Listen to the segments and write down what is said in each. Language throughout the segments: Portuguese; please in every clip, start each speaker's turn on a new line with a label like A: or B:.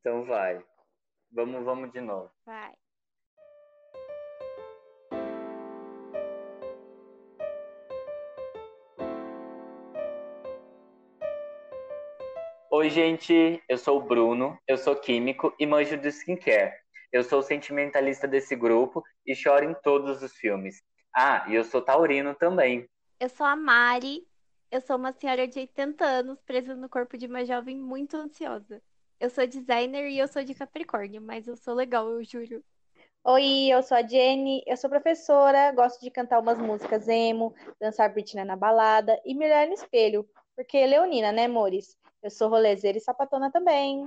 A: Então vai. Vamos, vamos de novo.
B: Vai.
A: Oi, gente. Eu sou o Bruno, eu sou químico e manjo de skincare. Eu sou o sentimentalista desse grupo e choro em todos os filmes. Ah, e eu sou taurino também.
B: Eu sou a Mari. Eu sou uma senhora de 80 anos presa no corpo de uma jovem muito ansiosa. Eu sou designer e eu sou de Capricórnio, mas eu sou legal, eu juro.
C: Oi, eu sou a Jenny, eu sou professora, gosto de cantar umas músicas emo, dançar Britney na balada e me olhar no espelho, porque leonina, né, amores? Eu sou rolezeira e sapatona também.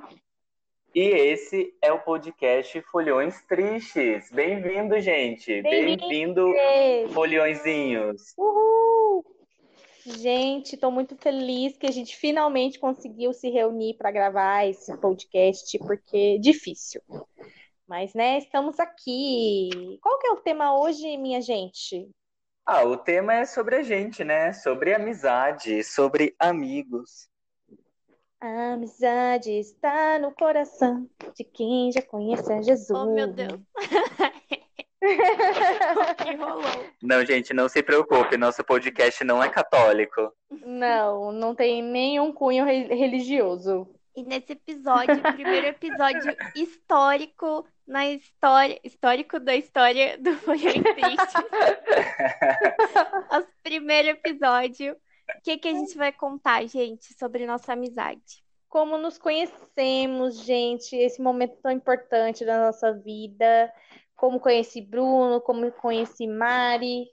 A: E esse é o podcast Folhões Tristes. Bem-vindo, gente. Bem-vindo,
C: Beijo.
A: folhõezinhos.
C: Uhul! Gente, estou muito feliz que a gente finalmente conseguiu se reunir para gravar esse podcast, porque é difícil. Mas, né, estamos aqui. Qual que é o tema hoje, minha gente?
A: Ah, o tema é sobre a gente, né? Sobre amizade, sobre amigos.
C: A amizade está no coração de quem já conhece a Jesus.
B: Oh, meu Deus. O que rolou?
A: Não, gente, não se preocupe, nosso podcast não é católico.
C: Não, não tem nenhum cunho re- religioso.
B: E nesse episódio, primeiro episódio histórico na história, histórico da história do Folhões Tristes. Nosso primeiro episódio. O que, que a gente vai contar, gente, sobre nossa amizade?
C: Como nos conhecemos, gente, esse momento tão importante da nossa vida. Como conheci Bruno, como conheci Mari.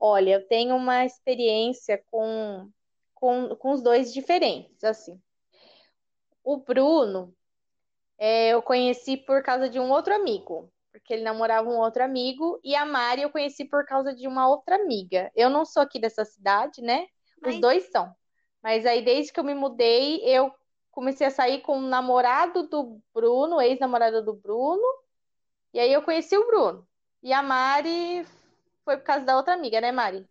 C: Olha, eu tenho uma experiência com, com, com os dois diferentes, assim. O Bruno, é, eu conheci por causa de um outro amigo, porque ele namorava um outro amigo, e a Mari eu conheci por causa de uma outra amiga. Eu não sou aqui dessa cidade, né? Os
B: Mas-
C: dois são. Mas aí, desde que eu me mudei, eu comecei a sair com o namorado do Bruno, ex-namorado do Bruno. E aí eu conheci o Bruno. E a Mari foi por causa da outra amiga, né, Mari?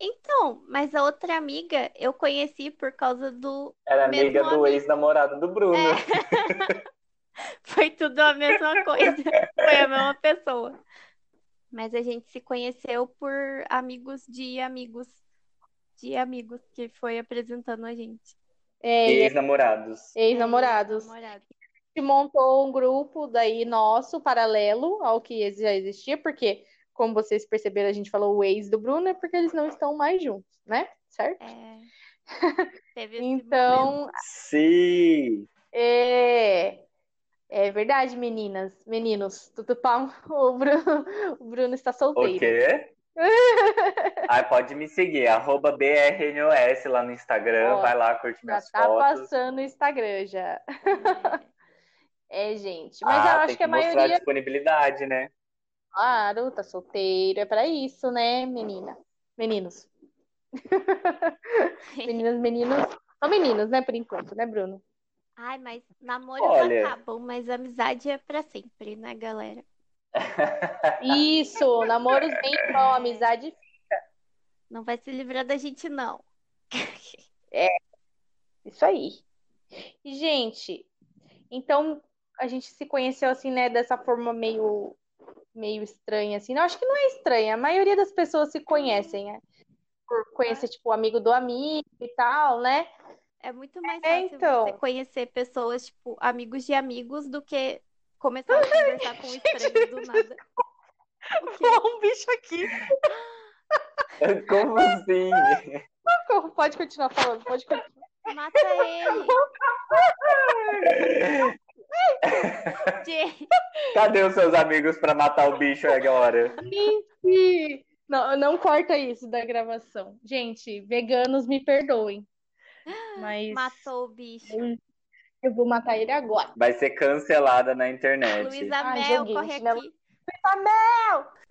B: Então, mas a outra amiga eu conheci por causa do.
A: Era
B: Mesmo
A: amiga do
B: amigo.
A: ex-namorado do Bruno.
B: É. Foi tudo a mesma coisa. Foi a mesma pessoa. Mas a gente se conheceu por amigos de amigos. De amigos que foi apresentando a gente. É,
C: É, e
A: Ex-namorados.
C: ex-namorados. A
B: Namorados.
C: gente montou um grupo daí nosso, paralelo ao que já existia, porque, como vocês perceberam, a gente falou o ex do Bruno, é porque eles não estão mais juntos, né? Certo?
B: É. Teve esse momento.
C: Então,
A: Sim!
C: É, é verdade, meninas, meninos, tudo pau. O Bruno, o Bruno está solteiro.
A: O quê? Ai, pode me seguir, arroba BRNOS lá no Instagram.
C: Ó,
A: vai lá, curte
C: Já
A: minhas
C: tá
A: fotos.
C: passando o Instagram já. É, gente, mas
A: Ah,
C: eu
A: tem
C: acho que a
A: mostrar
C: maioria,
A: disponibilidade, né?
C: claro, tá solteiro, é pra isso, né, menina? Meninos. Meninas, meninos. São meninos, né, por enquanto, né, Bruno?
B: Ai, mas namoros
A: Olha.
B: acabam, mas amizade é pra sempre, né, galera?
C: Isso, namoros bem bom, amizade.
B: Não vai se livrar da gente, não.
C: Isso aí. E, gente, então a gente se conheceu assim, né, dessa forma meio meio estranha assim. Não, acho que não é estranha. A maioria das pessoas se conhecem, né? Por conhecer tipo o amigo do amigo e tal, né?
B: É muito mais
C: É,
B: fácil
C: então.
B: você conhecer pessoas, tipo, amigos de amigos, do que começar a conversar com um estranho do nada. O quê?
C: um bicho aqui.
A: Como assim?
C: Pode continuar falando, pode continuar.
B: Mata ele! Gente,
A: Cadê os seus amigos pra matar o bicho agora?
C: Gente, não, não corta isso da gravação. Gente, veganos me perdoem. Mas
B: matou o bicho.
C: eu vou matar ele agora.
A: Vai ser cancelada na internet.
B: Luísa
C: Ai,
B: Mel,
C: joguei,
B: corre
C: não-
B: aqui.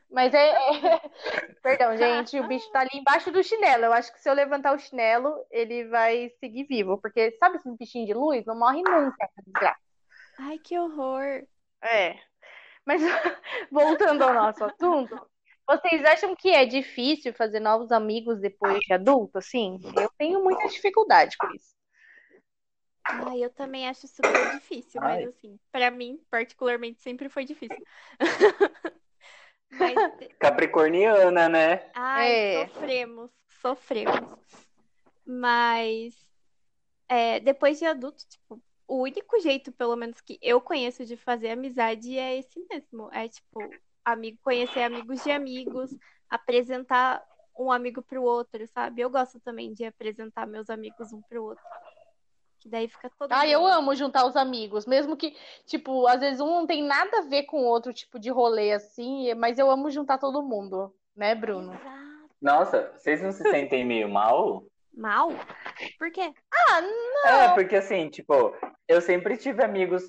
C: Mas é, é- Perdão, gente, o bicho tá ali embaixo do chinelo. Eu acho que se eu levantar o chinelo, ele vai seguir vivo. Porque sabe esses bichinhos de luz? Não morre nunca, essa desgraça.
B: Ai, que horror.
C: É. Mas voltando ao nosso assunto, vocês acham que é difícil fazer novos amigos depois de adulto? Assim, eu tenho muita dificuldade com isso.
B: Ai, eu também acho super difícil, mas
A: Ai.
B: assim, pra mim, particularmente, sempre foi difícil. Mas,
A: Capricorniana, né?
B: ai,
C: É.
B: sofremos, sofremos. Mas é, depois de adulto, tipo, o único jeito, pelo menos, que eu conheço de fazer amizade é esse mesmo. É tipo, amigo, conhecer amigos de amigos, apresentar um amigo pro outro, sabe? Eu gosto também de apresentar meus amigos um pro outro. Que daí fica todo
C: Ah, eu
B: mundo-
C: amo juntar os amigos, mesmo que, tipo, às vezes um não tem nada a ver com o outro tipo de rolê assim, mas eu amo juntar todo mundo, né, Bruno?
B: Exato.
A: Nossa, vocês não se sentem meio mal?
B: Mal? Por quê?
A: É, porque assim, tipo, eu sempre tive amigos,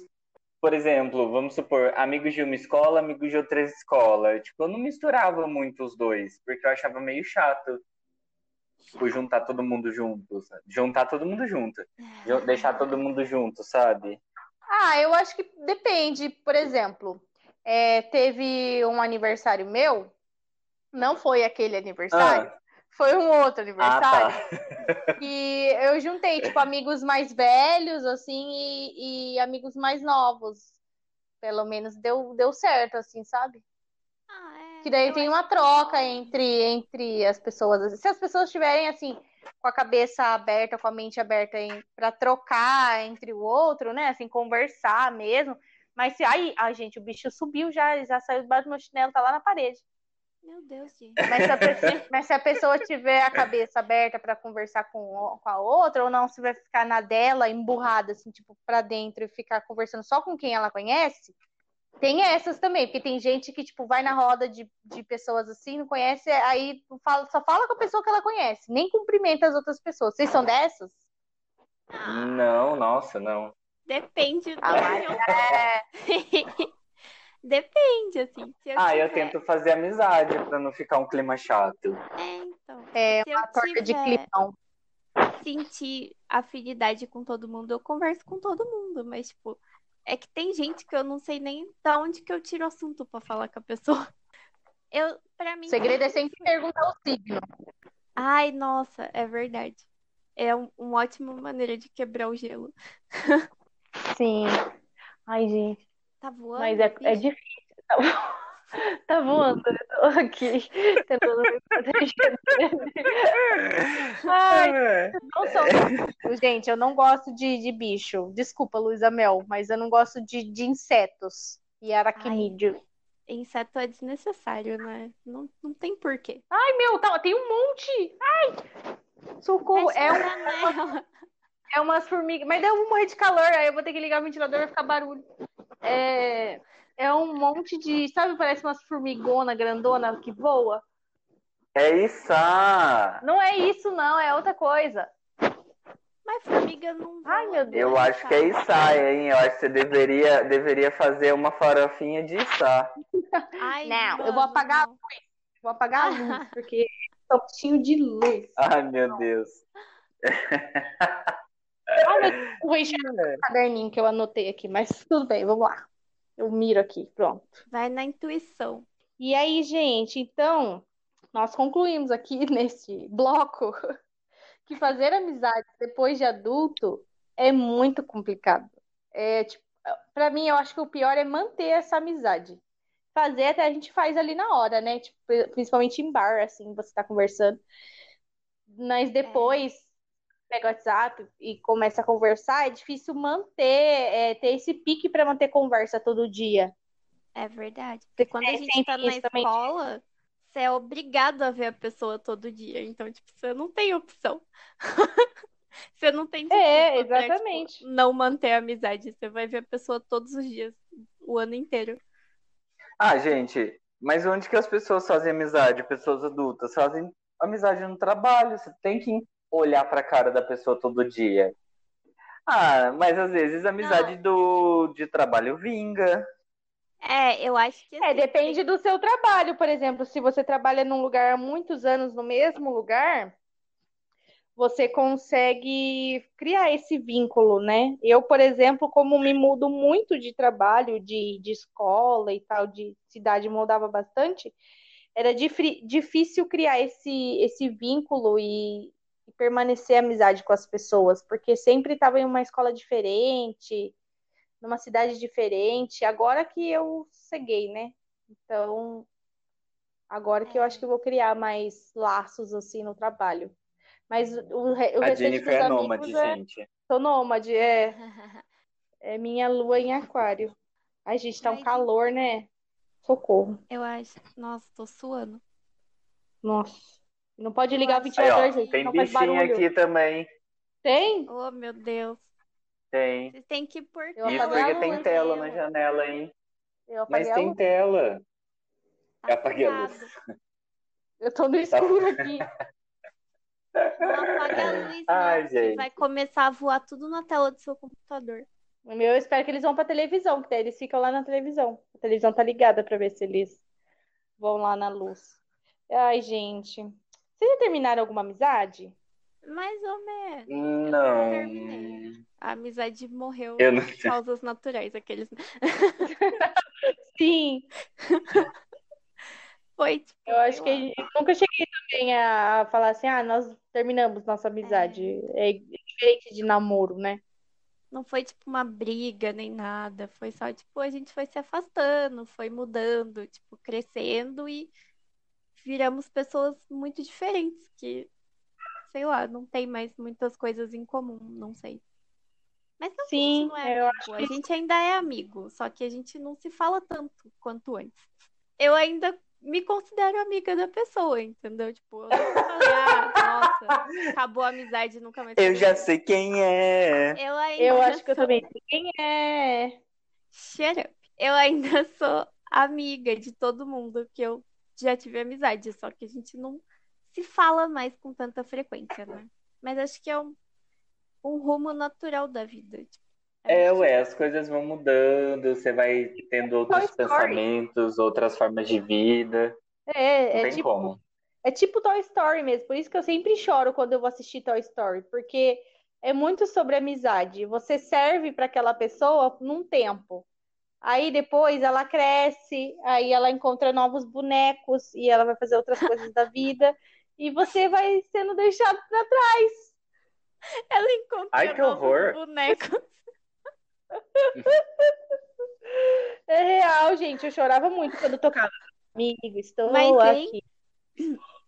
A: por exemplo, vamos supor, amigos de uma escola, amigos de outra escola. Tipo, eu não misturava muito os dois, porque eu achava meio chato. Tipo, juntar todo mundo junto, sabe? Juntar todo mundo junto. Ju- Deixar todo mundo junto, sabe?
C: Ah, eu acho que depende. Por exemplo, é, teve um aniversário meu, não foi aquele aniversário, foi um outro
A: Ah,
C: aniversário.
A: tá.
C: E eu juntei, tipo, amigos mais velhos, assim, e, e amigos mais novos. Pelo menos deu, deu certo, assim, sabe?
B: Ah, é,
C: Que daí
B: eu
C: tem
B: acho
C: uma
B: que-
C: troca entre, entre as pessoas. Se as pessoas estiverem, assim, com a cabeça aberta, com a mente aberta em, pra trocar entre o outro, né? Assim, conversar mesmo. Mas se. Ai, ai, gente, o bicho subiu já, já saiu debaixo do meu chinelo, tá lá na parede.
B: Meu Deus, gente.
C: Mas se a pessoa, mas se a pessoa tiver a cabeça aberta pra conversar com, o- com a outra, ou não, se vai ficar na dela, emburrada, assim, tipo, pra dentro e ficar conversando só com quem ela conhece, tem essas também, porque tem gente que, tipo, vai na roda de, de pessoas assim, não conhece, aí fala, só fala com a pessoa que ela conhece, nem cumprimenta as outras pessoas. Vocês são dessas?
A: Não, nossa, não.
B: Depende do
C: Ah, mas- É,
B: meu- Depende, assim. Se eu
A: Ah,
B: tiver...
A: eu tento fazer amizade pra não ficar um clima chato.
B: É, então.
C: é
B: Se eu
C: uma torta de
B: tiver-
C: clipão.
B: sentir afinidade com todo mundo, eu converso com todo mundo, mas, tipo, é que tem gente que eu não sei nem da onde que eu tiro assunto pra falar com a pessoa. Eu, pra mim.
C: O segredo é sempre perguntar o signo.
B: Ai, nossa, é verdade. É um, uma ótima maneira de quebrar o gelo.
C: Sim. Ai, gente.
B: Tá voando?
C: Mas é, é
B: bicho?
C: difícil. Tá, vo- tá voando. Eu tô aqui tentando me proteger. Ai, não sou. Gente, eu não gosto de, de bicho. Desculpa, Luísa Mel, mas eu não gosto de, de insetos e aracnídeo.
B: Inseto é desnecessário, né? Não, não tem porquê.
C: Ai, meu, tá, tem um monte. Ai, socorro. É, um,
B: um...
C: é umas formigas. Mas daí eu vou morrer de calor, aí eu vou ter que ligar o ventilador, vai ficar barulho. É, é um monte de. Sabe, parece umas formigona grandona que voa?
A: É isso! ah!
C: Não é isso, não, é outra coisa.
B: Mas formiga não.
C: Ai,
B: voa,
C: meu Deus.
A: Eu acho que é isso, hein? Eu acho que você deveria, deveria fazer uma farofinha de içá.
B: Ai,
C: Não, Né? eu
B: mano,
C: vou apagar a
B: não.
C: Vou apagar a luz, porque tô cheio de luz.
A: Ai, meu Deus.
C: Ah, mas eu vou enxergar o caderninho que eu anotei aqui, mas tudo bem, vamos lá. Eu miro aqui, pronto.
B: Vai na intuição.
C: E aí, gente, então, nós concluímos aqui neste bloco que fazer amizade depois de adulto é muito complicado. É, tipo, para mim, eu acho que o pior é manter essa amizade. Fazer até a gente faz ali na hora, né? Tipo, principalmente em bar, assim, você tá conversando. Mas depois pega o WhatsApp e começa a conversar, é difícil manter, é, ter esse pique para manter conversa todo dia.
B: É verdade. Porque quando a
C: É,
B: gente
C: tem
B: tá na
C: isso também.
B: escola, você é obrigado a ver a pessoa todo dia. Então, tipo, você não tem opção. Você não tem desculpa
C: É,
B: pra, tipo,
C: exatamente.
B: não manter a amizade. Você vai ver a pessoa todos os dias, o ano inteiro.
A: Ah, gente, mas onde que as pessoas fazem amizade? Pessoas adultas fazem amizade no trabalho. Você tem que olhar pra cara da pessoa todo dia. Ah, mas às vezes a amizade do, de trabalho vinga.
B: É, eu acho que
C: É,
B: assim,
C: depende do seu trabalho, por exemplo, se você trabalha num lugar há muitos anos no mesmo lugar, você consegue criar esse vínculo, né? Eu, por exemplo, como me mudo muito de trabalho, de, de escola e tal, de cidade, mudava bastante, era difri- difícil criar esse, esse vínculo e permanecer amizade com as pessoas, porque sempre estava em uma escola diferente, numa cidade diferente, agora que eu ceguei, né? Então, agora que eu acho que eu vou criar mais laços assim no trabalho. Mas o, re- o
A: A
C: restante
A: Jennifer
C: dos
A: é
C: amigos
A: nômade,
C: é...
A: gente.
C: Sou nômade, é. É minha lua em aquário. Ai, gente, tá um
B: Mas-
C: calor, né? Socorro.
B: Eu acho. Nossa, tô suando.
C: Nossa. Não pode ligar o
B: Nossa.
A: Aí,
C: ventilador,
A: ó,
C: né, gente.
A: tem
C: não faz
A: bichinho
C: barulho.
A: aqui também.
C: Tem?
B: Oh, meu Deus.
A: Tem.
B: Vocês têm que pôr
C: Eu
A: Isso
C: apaguei a
A: porque
C: luz,
A: tem tela né, na janela, hein?
C: Eu
A: Mas
C: apaguei a
A: tem
C: luz.
A: tela.
B: Tá
A: Eu apaguei a luz.
B: apagado.
C: Eu tô no
A: Tá
C: escuro aqui.
B: Não apaga a luz, não,
A: Ai,
B: que
A: gente.
B: vai começar a voar tudo na tela do seu computador.
C: O meu, eu espero que eles vão pra televisão, que daí eles ficam lá na televisão. A televisão tá ligada pra ver se eles vão lá na luz. Ai, gente. Vocês já terminaram alguma amizade?
B: Mais ou menos.
A: Não.
B: terminei. A amizade morreu
A: Eu não-
B: por causas naturais, aqueles. né?
C: Sim.
B: Foi, tipo,
C: Eu acho
B: sei
C: que
B: lá.
C: eu nunca cheguei também a falar assim, ah, nós terminamos nossa amizade. É diferente de namoro, né?
B: Não foi tipo uma briga nem nada, foi só tipo a gente foi se afastando, foi mudando, tipo crescendo e viramos pessoas muito diferentes que, sei lá, não tem mais muitas coisas em comum, não sei. Mas não, que a gente
C: Sim,
B: não é
C: eu
B: amigo, a gente ainda é amigo, só que a gente não se fala tanto quanto antes. Eu ainda me considero amiga da pessoa, entendeu? Tipo, eu não falei, ah, nossa, acabou a amizade, nunca mais.
A: Eu
B: falei.
A: já sei quem é.
B: Eu ainda
C: Eu acho que eu
B: sou-
C: também. sei Quem é?
B: Shut up. Eu ainda sou amiga de todo mundo que eu já tive amizade, só que a gente não se fala mais com tanta frequência, né? Mas acho que é um, um rumo natural da vida. tipo, a
A: É,
B: gente-
A: ué, as coisas vão mudando, você vai tendo outros
C: Toy Story.
A: pensamentos, outras formas de vida. Não
C: É, é
A: tem
C: tipo,
A: como.
C: é tipo Toy Story mesmo. Por isso que eu sempre choro quando eu vou assistir Toy Story, porque é muito sobre amizade. Você serve para aquela pessoa num tempo. Aí depois ela cresce, aí ela encontra novos bonecos e ela vai fazer outras coisas da vida e você vai sendo deixado pra trás.
B: Ela encontra
A: Ai, que
B: novos
A: horror.
B: bonecos.
C: É real, gente. Eu chorava muito quando eu tocava. Amigo, estou
B: Mas, hein?
C: aqui.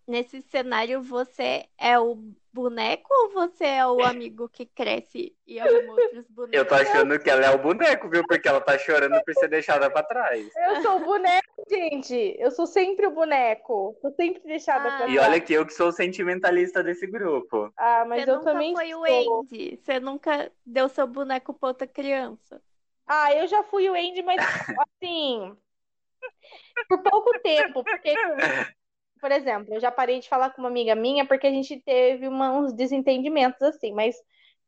B: Nesse cenário, você é o boneco ou você é o amigo que cresce e arruma outros
A: Eu tô
B: bonecos?
A: achando que ela é o boneco, viu? Porque ela tá chorando por ser deixada pra trás.
C: Eu sou o boneco, gente. Eu sou sempre o boneco. Tô sempre deixada
B: Ah.
C: pra
A: E
C: trás.
A: olha que eu que sou o sentimentalista desse grupo.
C: Ah, mas
B: você
C: eu
B: nunca
C: também
B: foi o
C: sou.
B: Andy. Você nunca deu seu boneco pra outra criança.
C: Ah, eu já fui o Andy, mas assim, por pouco tempo, porque, por exemplo, eu já parei de falar com uma amiga minha porque a gente teve uma- uns desentendimentos assim, mas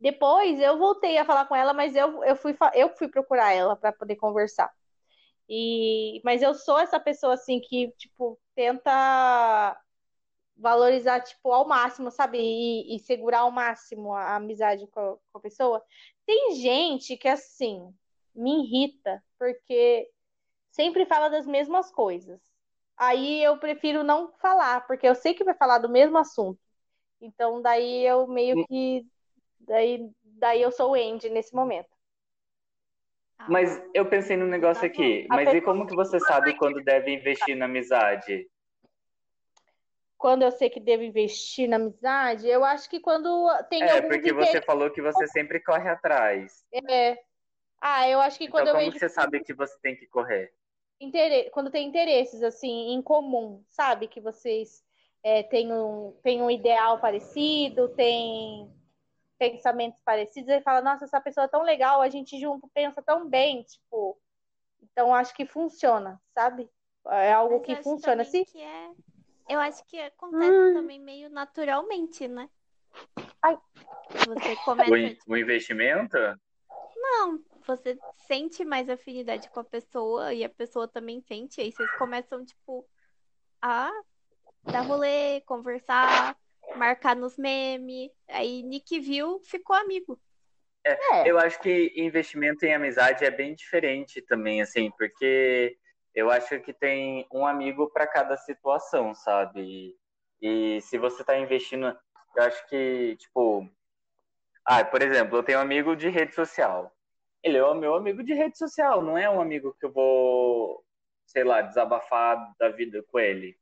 C: depois eu voltei a falar com ela, mas eu, eu fui, fa- eu fui procurar ela para poder conversar. E, mas eu sou essa pessoa assim que, tipo, tenta valorizar, tipo, ao máximo, sabe? E, e segurar ao máximo a, a amizade com a, com a pessoa. Tem gente que, assim, me irrita, porque sempre fala das mesmas coisas. Aí eu prefiro não falar, porque eu sei que vai falar do mesmo assunto. Então, daí eu meio que. Daí, daí eu sou o Andy nesse momento.
B: Ah,
A: Mas eu pensei num negócio
B: Tá bom.
A: aqui.
C: A
A: Mas e como que você sabe quando deve investir na amizade?
C: Quando eu sei que devo investir na amizade, eu acho que quando tem
A: É,
C: algum
A: porque você falou que você sempre corre atrás.
C: É. Ah, eu acho que
A: Então
C: quando eu
A: como
C: vejo
A: que você sabe que você tem que correr?
C: intere- quando tem interesses assim em comum, sabe? Que vocês é, têm um, têm um ideal parecido, têm pensamentos parecidos, aí fala, nossa, essa pessoa é tão legal, a gente junto pensa tão bem, tipo, então acho que funciona, sabe? É algo
B: Mas
C: que
B: eu acho
C: funciona.
B: também
C: Se,
B: que é- Eu acho que acontece também meio naturalmente, né?
C: Ai.
B: Você começa,
A: O, in- o investimento?
B: não, você sente mais afinidade com a pessoa e a pessoa também sente, aí vocês começam, tipo, a dar rolê, conversar, marcar nos memes. Aí Nick viu, ficou amigo.
C: é,
A: Eu acho que investimento em amizade é bem diferente também, assim, porque eu acho que tem um amigo para cada situação, sabe? E, e se você tá investindo Eu acho que, tipo. Ah, por exemplo, eu tenho um amigo de rede social. Ele é o meu amigo de rede social, não é um amigo que eu vou, sei lá, desabafar da vida com ele.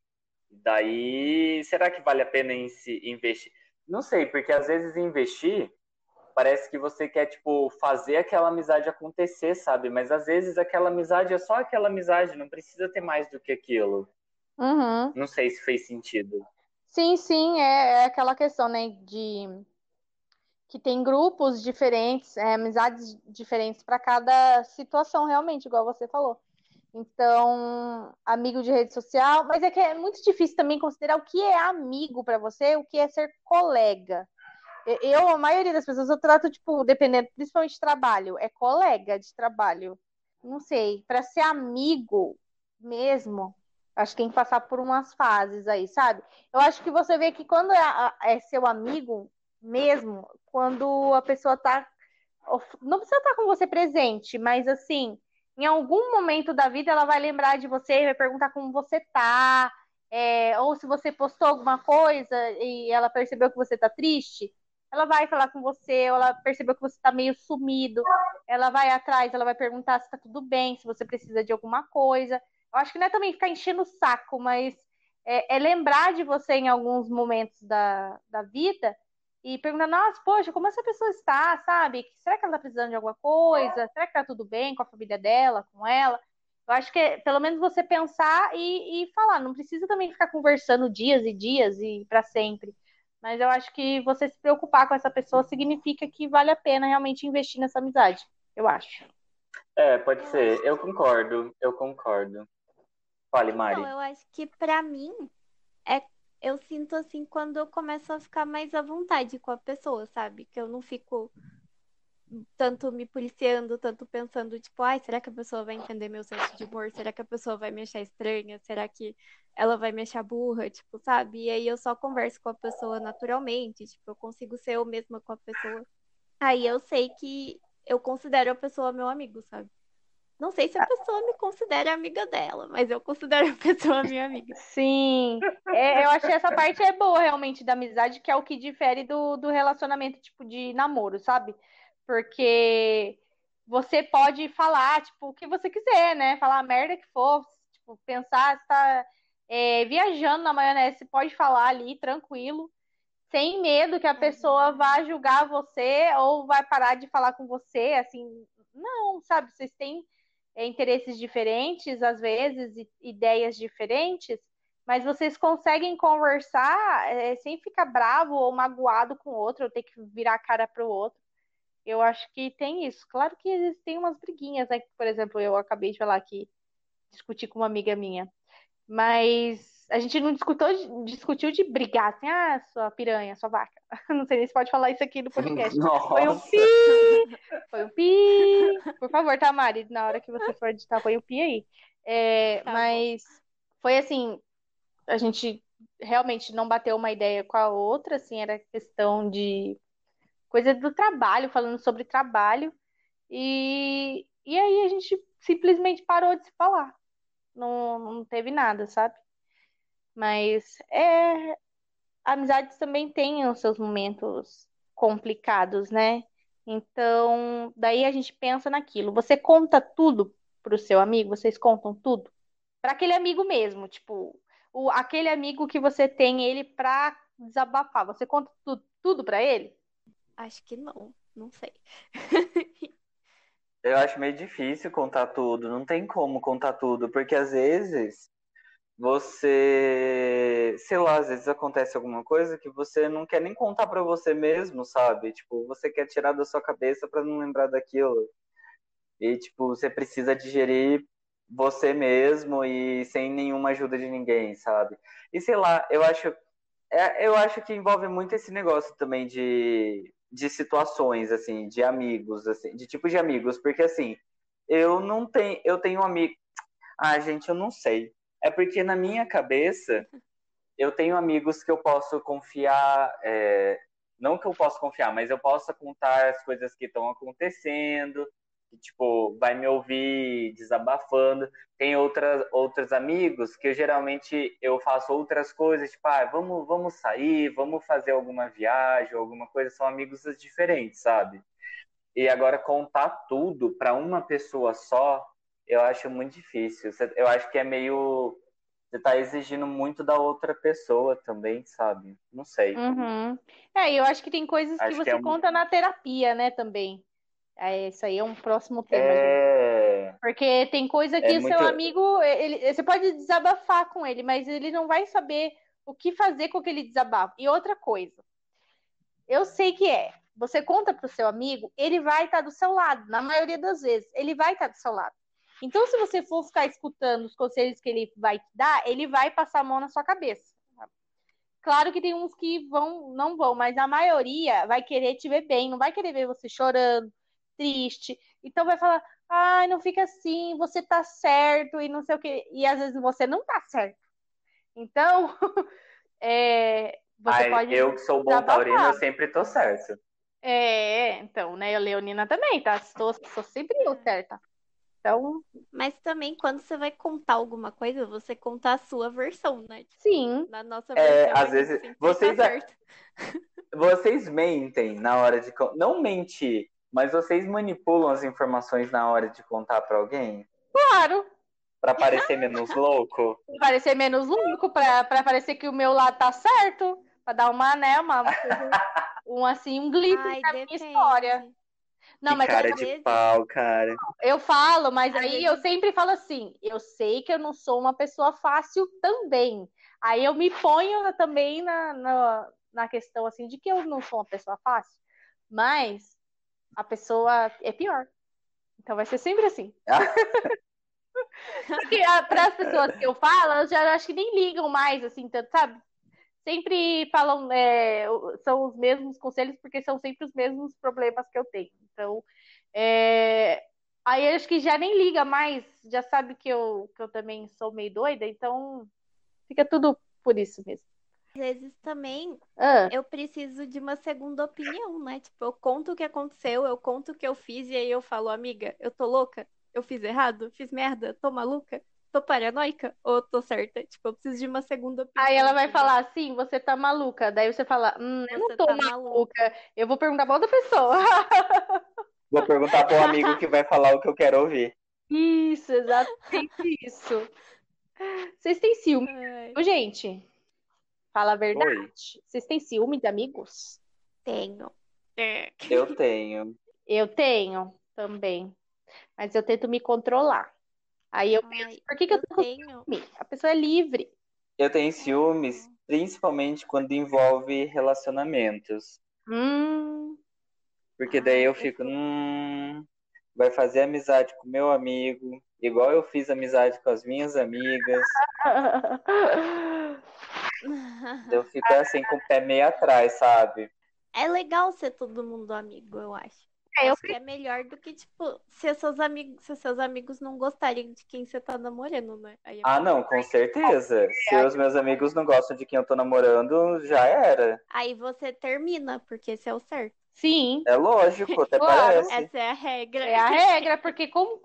A: Daí, será que vale a pena em se investir? Não sei, porque às vezes investir parece que você quer, tipo, fazer aquela amizade acontecer, sabe? Mas às vezes aquela amizade é só aquela amizade, não precisa ter mais do que aquilo.
C: Uhum.
A: Não sei se fez sentido.
C: Sim, sim, é, é aquela questão, né, de que tem grupos diferentes, é, amizades diferentes para cada situação, realmente, igual você falou. Então, amigo de rede social, mas é que é muito difícil também considerar o que é amigo para você, o que é ser colega. Eu, a maioria das pessoas, eu trato, tipo, dependendo, principalmente de trabalho, é colega de trabalho. Não sei, para ser amigo mesmo, acho que tem que passar por umas fases aí, sabe? Eu acho que você vê que quando é, é seu amigo mesmo, quando a pessoa tá. Não precisa estar com você presente, mas assim, em algum momento da vida ela vai lembrar de você, vai perguntar como você tá, é, ou se você postou alguma coisa e ela percebeu que você tá triste, ela vai falar com você, ela percebeu que você tá meio sumido, ela vai atrás, ela vai perguntar se tá tudo bem, se você precisa de alguma coisa. Eu acho que não é também ficar enchendo o saco, mas é, é lembrar de você em alguns momentos da, da vida e perguntar, nossa, poxa, como essa pessoa está, sabe? Será que ela tá precisando de alguma coisa? Será que tá tudo bem com a família dela, com ela? Eu acho que é, pelo menos você pensar e, e, falar, não precisa também ficar conversando dias e dias e para sempre. Mas eu acho que você se preocupar com essa pessoa significa que vale a pena realmente investir nessa amizade, eu acho.
A: É, pode ser. Eu concordo, eu concordo. Fale, Mari.
C: é
B: Não,
C: um
B: eu acho que para mim é eu sinto assim quando eu começo a ficar mais à vontade com a pessoa, sabe? Que eu não fico tanto me policiando, tanto pensando, tipo, ai, será que a pessoa vai entender meu senso de humor? Será que a pessoa vai me achar estranha? Será que ela vai me achar burra? Tipo, sabe? E aí eu só converso com a pessoa naturalmente, tipo, eu consigo ser eu mesma com a pessoa. Aí eu sei que eu considero a pessoa meu amigo, sabe? Não sei se a pessoa me considera amiga dela, mas eu considero a pessoa minha amiga.
C: Sim, é, eu acho que essa parte é boa realmente da amizade, que é o que difere do, do relacionamento tipo de namoro, sabe? Porque você pode falar, tipo, o que você quiser, né? Falar a merda que for, tipo, pensar, você tá é, viajando na maionese, você pode falar ali, tranquilo, sem medo que a pessoa vá julgar você ou vai parar de falar com você, assim, não, sabe? Vocês têm é, interesses diferentes, às vezes, ideias diferentes, mas vocês conseguem conversar é, sem ficar bravo ou magoado com o outro, ou ter que virar a cara para o outro. Eu acho que tem isso. Claro que existem umas briguinhas, né? Por exemplo, eu acabei de falar aqui, discutir com uma amiga minha. Mas a gente não discutou, discutiu de brigar, assim, ah, sua piranha, sua vaca. Não sei nem se pode falar isso aqui no podcast.
A: Nossa.
C: Foi um pi! Foi um pi! Por favor, Tamari, na hora que você for editar, põe o pi aí. É,
B: Tá bom.
C: mas foi assim, a gente realmente não bateu uma ideia com a outra, assim, era questão de coisa do trabalho, falando sobre trabalho. E, e aí a gente simplesmente parou de se falar. Não, não teve nada, sabe? Mas é. Amizades também têm os seus momentos complicados, né? Então, daí a gente pensa naquilo. Você conta tudo pro seu amigo? Vocês contam tudo? Para aquele amigo mesmo, tipo, o, aquele amigo que você tem ele pra desabafar. Você conta tu, tudo pra ele?
B: Acho que não, não sei.
A: Eu acho meio difícil contar tudo, não tem como contar tudo, porque às vezes você, sei lá, às vezes acontece alguma coisa que você não quer nem contar pra você mesmo, sabe? Tipo, você quer tirar da sua cabeça pra não lembrar daquilo. E tipo, você precisa digerir você mesmo e sem nenhuma ajuda de ninguém, sabe? E sei lá, eu acho é, eu acho que envolve muito esse negócio também de de situações, assim, de amigos, assim, de tipo de amigos, porque assim, eu não tenho, eu tenho um amigo. Ah, gente, eu não sei. É porque na minha cabeça eu tenho amigos que eu posso confiar, é, não que eu posso confiar, mas eu posso contar as coisas que estão acontecendo, que, tipo, vai me ouvir desabafando. Tem outras, outros amigos que eu, geralmente eu faço outras coisas, tipo, ah, vamos, vamos sair, vamos fazer alguma viagem, alguma coisa. São amigos diferentes, sabe? E agora contar tudo para uma pessoa só, eu acho muito difícil. Eu acho que é meio você tá exigindo muito da outra pessoa também, sabe? Não sei.
C: Uhum. É, eu acho que tem coisas
A: Acho
C: que
A: que
C: você
A: é um-
C: conta na terapia, né, também. É, isso aí é um próximo tema, gente.
A: É,
C: Porque tem coisa que o seu
A: muito-
C: amigo, ele, você pode desabafar com ele, mas ele não vai saber o que fazer com aquele desabafo. E outra coisa, eu sei que é, você conta pro seu amigo, ele vai estar do seu lado, na maioria das vezes, ele vai estar do seu lado. Então, se você for ficar escutando os conselhos que ele vai te dar, ele vai passar a mão na sua cabeça. Claro que tem uns que vão, não vão, mas a maioria vai querer te ver bem, não vai querer ver você chorando, triste. Então vai falar, ai, não fica assim, você tá certo e não sei o quê. E às vezes você não tá certo. Então, é, você
A: ai,
C: pode.
A: eu que sou bom
C: desabafar.
A: taurino, eu sempre tô certo.
C: É, então, né? Eu, Leonina também, tá? Estou, sou sempre eu certa. Então,
B: Mas também, quando você vai contar alguma coisa, você conta a sua versão, né? Tipo,
C: sim.
B: Na nossa
A: É,
B: versão,
A: às
B: a gente
A: vezes-
B: sempre
A: vocês
B: tá
A: a-
B: certo.
A: Vocês mentem na hora de. con- Não mentir, mas vocês manipulam as informações na hora de contar pra alguém?
C: Claro,
A: Pra parecer menos louco?
C: parecer menos louco, pra, pra parecer que o meu lado tá certo, pra dar uma, né, uma, um assim, um glitter
B: Ai,
C: na minha
B: depende.
C: história. Não,
A: Que
C: mas
A: cara
B: às
A: de
B: vezes-
A: pau, cara.
C: eu falo, mas
B: Às
C: aí
B: vezes-
C: eu sempre falo assim, eu sei que eu não sou uma pessoa fácil também. Aí eu me ponho na- também na, na, na questão assim de que eu não sou uma pessoa fácil, mas a pessoa é pior. Então vai ser sempre assim. Porque ah, para as pessoas que eu falo, elas já acho que nem ligam mais, assim, tanto, sabe? Sempre falam, é, o- são os mesmos conselhos, porque são sempre os mesmos problemas que eu tenho. Então, é, aí eu acho que já nem liga mais, já sabe que eu, que eu também sou meio doida, então fica tudo por isso mesmo.
B: Às vezes também
C: Ah,
B: eu preciso de uma segunda opinião, né? Tipo, eu conto o que aconteceu, eu conto o que eu fiz, e aí eu falo, amiga, eu tô louca? Eu fiz errado? Fiz merda? Tô maluca? Tô paranoica? Ou eu tô certa? Tipo, eu preciso de uma segunda opinião. né?
C: aí ela vai
B: entendeu?
C: falar assim, você tá maluca. Daí você fala, hum, eu não
B: Você
C: tô
B: tá
C: maluca, eu vou perguntar pra outra pessoa.
A: Vou perguntar pra um amigo que vai falar o que eu quero ouvir.
C: Isso, exatamente isso. Vocês têm ciúme?
B: Ai,
C: Ô, Gente, fala a verdade.
A: Oi,
C: Vocês têm ciúme de amigos?
B: tenho. É.
A: eu tenho.
C: Eu tenho também, mas eu tento me controlar. Aí eu penso,
B: Ai,
C: por que que eu
B: eu
C: tô com
B: tenho.
C: ciúme? A pessoa é livre.
A: Eu tenho ciúmes, principalmente quando envolve relacionamentos.
C: Hum,
A: Porque daí
B: Ai,
A: eu
B: eu
A: fico,
B: sou-
A: hum, vai fazer amizade com meu amigo, igual eu fiz amizade com as minhas amigas. Eu fico assim com o pé meio atrás, sabe?
B: É legal ser todo mundo amigo, eu acho.
C: É, eu
B: Acho que é melhor do que, tipo, se seus amigos, se seus amigos não gostarem de quem você tá namorando, né? Aí é
A: Ah,
B: pior.
A: não, com certeza. Se os meus amigos não gostam de quem eu tô namorando, já era.
B: Aí você termina, porque esse é o certo.
C: sim,
A: É lógico, até
C: Claro.
A: parece.
B: Essa é a regra.
C: é a regra, porque com,